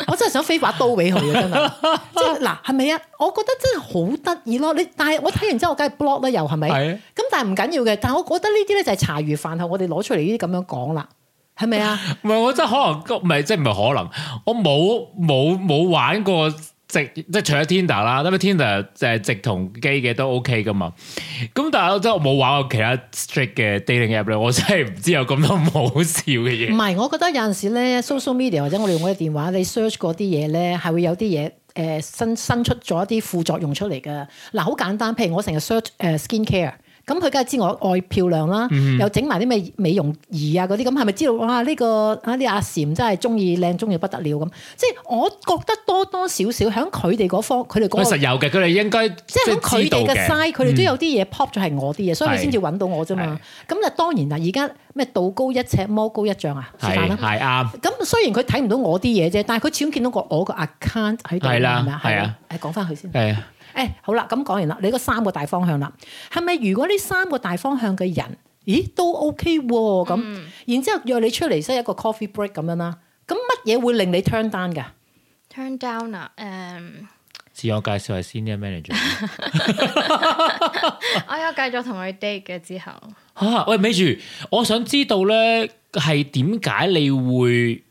我真係想飛把刀俾佢啊！真係，即係嗱，係咪啊？我覺得真係好得意咯！你但係我睇完之後，我梗係 block 啦，又係咪？係啊咁但係唔緊要嘅。但係我覺得呢啲咧就係茶餘飯後我哋攞出嚟呢啲咁樣講啦，係咪啊？唔係我真係可能，唔係即係唔係可能，我冇冇冇玩過直，即係除咗 Tinder 啦，因為 Tinder 就係直同機嘅都 OK 噶嘛。咁但係我真係冇玩過其他 strict 嘅 dating app 咧，我真係唔知有咁多唔好笑嘅嘢唔。係，我覺得有陣時咧，social media 或者我哋用嗰啲電話，你 search 嗰啲嘢咧，係會有啲嘢誒新新出咗一啲副作用出嚟嘅。嗱，好簡單，譬如我成日 search 誒 skin care。咁佢梗係知我愛漂亮啦，嗯又整埋啲咩美容儀啊嗰啲，咁係咪知道哇呢、個啊呢阿嬋真係中意靚中意不得了咁？即係我覺得多多少少喺佢哋嗰方，佢哋佢嗰實個有嘅，佢哋應該即即係係喺佢知道哋嘅嘅。嗯 side，佢哋都有啲嘢 pop 咗係我啲嘢，所以佢先至揾到我啫嘛。咁就當然啦，而家咩道高一尺，魔高一丈啊，是但係啦。係啱，咁雖然佢睇唔到我啲嘢啫，但係佢始終見到個我個 account 喺度，係啦係咪啊係啊。誒，講翻佢先。係誒，好啦，咁講完啦，你嗰三個大方向啦，係咪？如果呢三個大方向嘅人，咦，都 OK 喎，咁，然之後約你出嚟，即係一個 coffee break 咁樣啦。咁乜嘢會令你 turn down 㗎？ turn down 啊，誒，自我介紹係 senior manager。哎我有繼續同佢 date 嘅之後， (laughs) 嚇、喂，咪住，我想知道咧係點解你會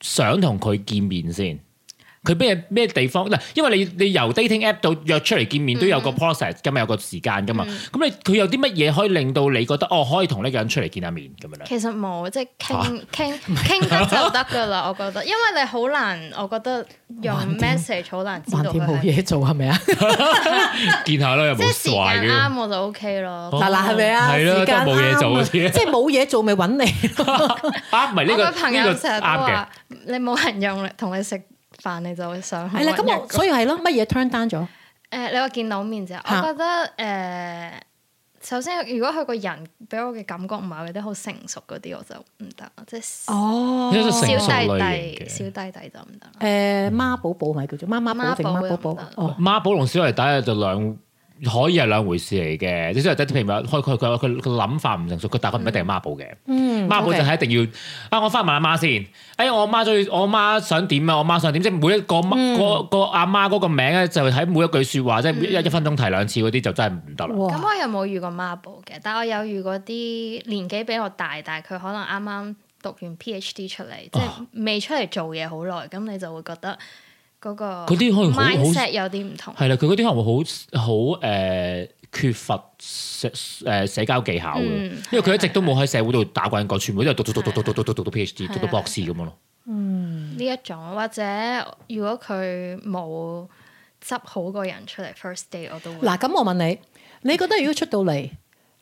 想同佢見面先？佢咩咩地方嗱？因為你你由 dating app 到約出嚟見面都有個嗯 process 噶嘛，有個時間噶嘛。咁你佢有啲乜嘢可以令到你覺得哦，可以同呢個人出嚟見下面咁樣啊咧？其實冇，即係傾 (laughs) 傾傾得就得噶啦，我覺得，因為你好難，我覺得用橫掂 message 好難知橫道掂冇佢係，嘢做係咪啊？見下啦，有即冇係時壞間嘅？啱我就 OK 咯。哦嗱嗱係咪啊？係啦時間都冇嘢做啱啊嗰啲即係冇嘢做咪揾你咯。啊，唔係呢我個個朋友呢個成日啱都嘅話，你冇人用，同你食飯你就會想去係啦，搵咁一我個所以係咯，乜嘢 turn down 咗？誒、你話見到面之後，嚇我覺得誒、首先如果佢個人俾我嘅感覺唔係嗰啲好成熟嗰啲，我就唔得，即係小哦呢個成弟熟類弟、小型嘅。弟弟就唔得誒啦。媽寶寶咪叫做媽媽寶定媽寶媽寶寶啊哦。孖寶同小弟弟就兩可以係兩回事嚟嘅。即係小弟弟譬如話，佢佢佢佢佢諗法唔成熟，佢但係佢唔一定係孖寶嘅。嗯媽寶就 OK 係一定要啊！我翻問阿媽先。哎，我媽最我媽想點啊？我媽想點？即係每一個嗯媽個個阿媽嗰個名咧，就喺每一句説話，即係一一分鐘提兩次嗰啲，就真係唔得啦。哇咁我又冇遇過媽寶嘅，但我有遇過啲年紀比我大，但係佢可能啱啱讀完 PhD 出嚟，即啊係未出嚟做嘢好耐，咁你就會覺得嗰個嗰啲可能好好 mindset 有啲唔同。係啦，佢嗰啲可能會好好誒缺乏社誒社交技巧嘅，嗯因為佢一直都冇喺社會度打滾過，全部都係讀讀讀讀讀讀讀讀讀到 PhD，讀到啊博士咁樣咯。呢一種，或者如果佢冇執好個人出嚟 first day，我都會嗱，咁我問你，你覺得如果出到嚟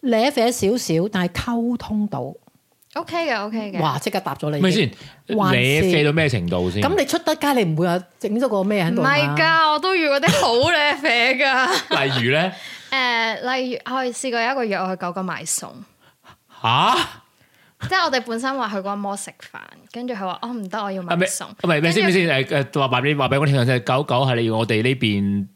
舐啡少少，但係溝通到， OK 嘅 OK 嘅。哇！即刻答咗你。咪先，你還是飛到咩程度先？咁你出得街，你唔會有整咗個咩喺唔度啊係㗎，我都遇過啲好嘅啡㗎。 (laughs) 誒、例如咧例如我係試過有一個約我去九個買餸，吓？即係我哋本身話去嗰個摩食飯，跟住佢話哦唔得，我要買啊咪餸。唔係咪先咪跟住先誒誒話話俾話俾我聽先，狗狗係你我哋呢邊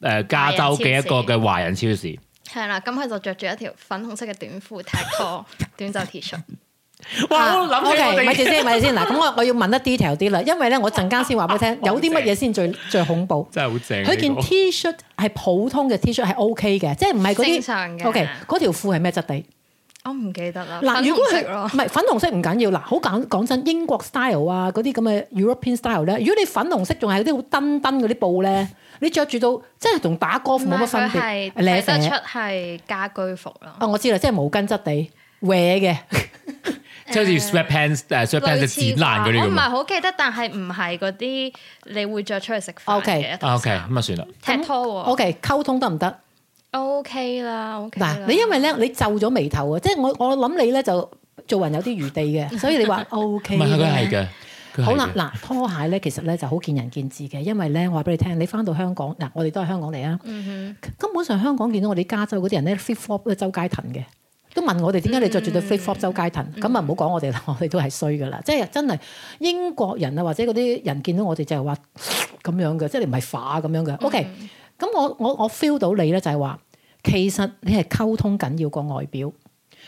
誒加州嘅一個嘅華人超市，係啦，咁佢就着住一條粉紅色嘅短褲、踢拖、短袖 T 恤。哇！我諗起 O 我 K，咪住哋先，咪住先。嗱，咁我我要問得 detail 啲啦，因為咧我陣間先話俾你 (laughs) 聽，有啲乜嘢先最最恐怖。 (laughs) 真係好正啊。佢件呢個 T 恤係普通嘅 T 恤係 O K 嘅，即係唔係嗰啲正常嘅 O K，嗰條褲係咩質地？我唔記得啦，嗱，粉如果紅佢色啊咯唔。係粉紅色唔緊要，嗱，好簡講真，英國 style 啊，嗰啲咁嘅 European style 咧，如果你粉紅色仲係嗰啲好登登嗰啲布咧，你着住到真係同打 golf 冇乜分唔別，係佢係睇得啡出係家居服咯。哦啊，我知啦，即係毛巾質地，搲嘅，即係好似 sweatpants 誒 sweatpants 似剪爛嗰啩啲我唔咁係啊。好記得，但係唔係嗰啲你會着出去食飯 OK 嘅啊 OK，咁啊算啦。踢拖 O 喎 K，溝通得唔得？ ，OK 啦，OK 啦嗱，你因為咧，你皺咗眉頭啊，即係我我諗你咧就做人有啲餘地 (laughs) 嘅，所以你話 O 唔 K 係佢係嘅，佢係嘅啊好啦，，嗱拖鞋咧，其實咧就好見仁見智嘅，因為咧我話俾你聽，你翻到香港嗯嗱，我哋都係香港嚟啊，根本上香港見到我哋加州嗰啲人咧 flip flop 呃咧周街騰嘅，都問我哋點解嗯你着住對 flip flop 周街騰，咁啊唔好講我哋啦，我 (laughs) 哋都係衰噶啦，即係真係英國人啊或者嗰啲人見到我哋就係話咁樣嘅，即係你唔係化咁樣嗯嘅。OK，咁我我我 feel 到你咧就係話，其實你係溝通緊要過外表。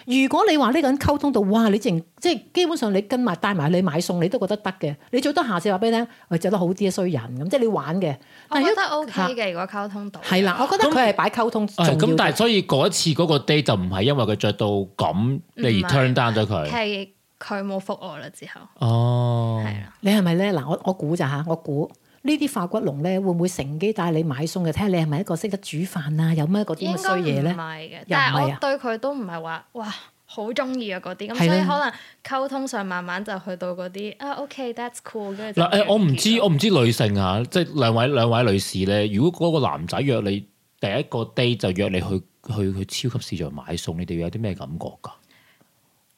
如果你話呢個人溝通到，哇！你淨即係基本上你跟埋帶埋你買餸，你都覺得得嘅。你最多下次話俾你聽，喂着得好啲啊，衰人咁，即係你玩嘅。我係覺如得果 OK 嘅，如果溝通到。係啦，我覺得佢係擺溝通重係要哎咁，但嘅係所以嗰一次嗰個 date 就唔係因為佢着到咁，你而唔係 turn down 咗佢。係佢冇覆我啦，之後哦，係啊啦，你係咪咧？嗱，我我估咋吓，我估呢啲化骨龍咧，會唔會乘機帶你買餸嘅？睇下你係咪一個識得煮飯啊，有咩嗰啲應咁嘅該衰唔嘢咧？係嘅，又唔但係係我啊對佢都唔係話哇好中意啊嗰啲，咁係所以啦可能溝通上慢慢就去到嗰啲啊 OK，that's cool 跟住就嗱，誒，我唔知，完結我唔知女性啊，即係兩位兩位女士咧，如果嗰個男仔約你第一個 date 就約你去去去超級市場買餸，你哋有啲咩感覺㗎？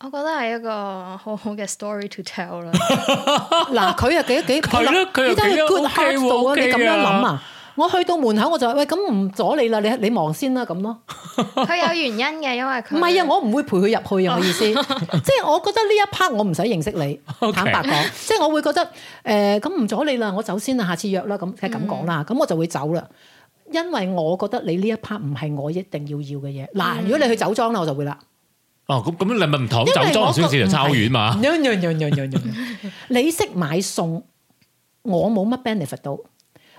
我覺得係一個好好嘅 story to tell (laughs) 啦。嗱，佢又 (laughs) 幾幾，係咯佢又你真幾係 good 幾 heart 度啊！你 OK 喎 OK 咁樣啊諗啊！我去到門口我就話：喂，咁唔阻你啦，你你忙先啦咁咯。佢有原因嘅，因為佢唔係啊，我唔會陪佢入去啊！我意思， (laughs) 即係我覺得呢一 part 我唔使認識你 OK 坦白講，即係我會覺得誒咁唔阻你啦，我走先啦，下次約啦，咁係咁講啦，咁我就會走啦。因為我覺得你呢一 part 唔係我一定要要嘅嘢。嗱，如果你去酒莊啦，我 (laughs) 就會啦。哦，咁咁你咪唔同因酒為莊同我小市場差好遠嘛？樣樣樣樣樣樣樣， (laughs) 你識買餸，我冇乜 benefit 到；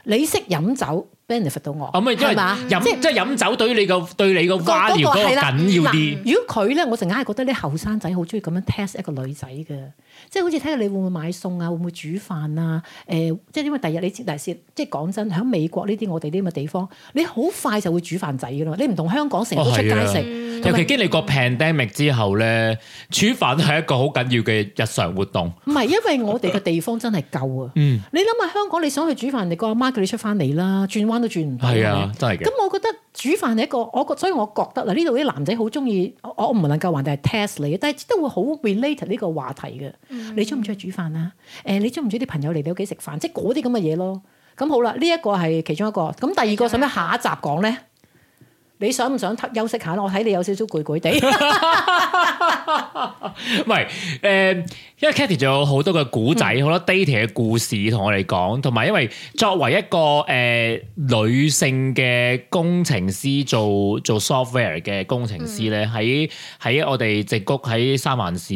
你識飲酒，benefit 到我。嗯啊，咪因為係嘛飲即係飲酒對於你個對你個個花聊嗰個係啦緊要啲。嗱如果佢咧，我就硬係覺得啲後生仔好中意咁樣 test 一個女仔嘅，即係好似睇下你會唔會買餸啊，會唔會煮飯啊？誒、即係因為第日你知，第時即係講真，喺美國呢啲我哋呢咁嘅地方，你好快就會煮飯仔噶啦，你唔同香嗯港成日都出街哦係啊食。同尤埋其經歷過 pandemic 之後咧，煮飯係一個好緊要嘅日常活動。唔係，因為我哋嘅地方真係夠啊！嗯你諗下香港，你想去煮飯，你個阿媽叫你出翻嚟啦，轉彎都轉唔到。係啊，真係嗯咁嘅。我覺得煮飯係一個，我覺所以我覺得嗱，呢度啲男仔好中意，我我唔能夠話定係 test 你，但係都會好 relate 呢個話題嘅。你中唔中意煮飯啊？誒、你中唔中意啲朋友嚟你屋企食飯？即係嗰啲咁嘅嘢咯。咁好啦，呢、一個係其中一個。咁第二個使唔使下一集講咧？你想唔想休息下咧？我睇你有少少 (laughs) 攰攰地。唔係誒，因為 Katy 仲有好多嘅古仔，好多 dating 嘅故事同我哋講，同埋因為作為一個誒、呃女性嘅工程師，做做 software 嘅工程師咧，喺喺我哋直谷喺三藩市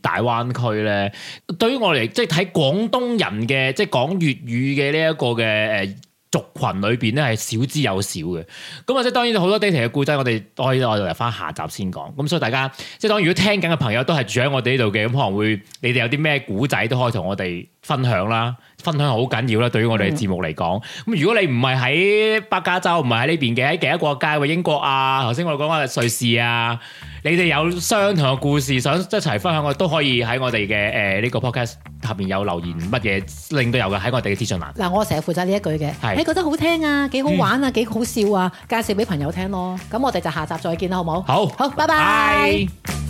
大灣區咧，對於我嚟即係睇廣東人嘅即係講粵語嘅呢一個嘅誒。呃族群裏邊咧係少之又少嘅，咁啊即係當然好多 dating 嘅故仔，我哋可以我哋留翻下集先講。咁所以大家即係當然如果聽緊嘅朋友都係住喺我哋呢度嘅，咁可能會你哋有啲咩故仔都可以同我哋分享啦，分享好緊要啦，對於我哋嘅節目嚟講。咁如果你唔係喺北加州，唔係喺呢邊嘅，喺其他國家，或英國啊，頭先我哋講緊瑞士啊，你哋有相同嘅故事想一齊分享，我都可以喺我哋嘅誒呢個 podcast 下邊有留言乜嘢令到有嘅喺我哋嘅資訊欄。嗱，我成日負責呢一句嘅，係嗯你覺得好聽啊，幾好玩啊，幾好笑啊，介紹俾朋友聽咯。咁我哋就下集再見啦，好冇？好好，拜拜。拜。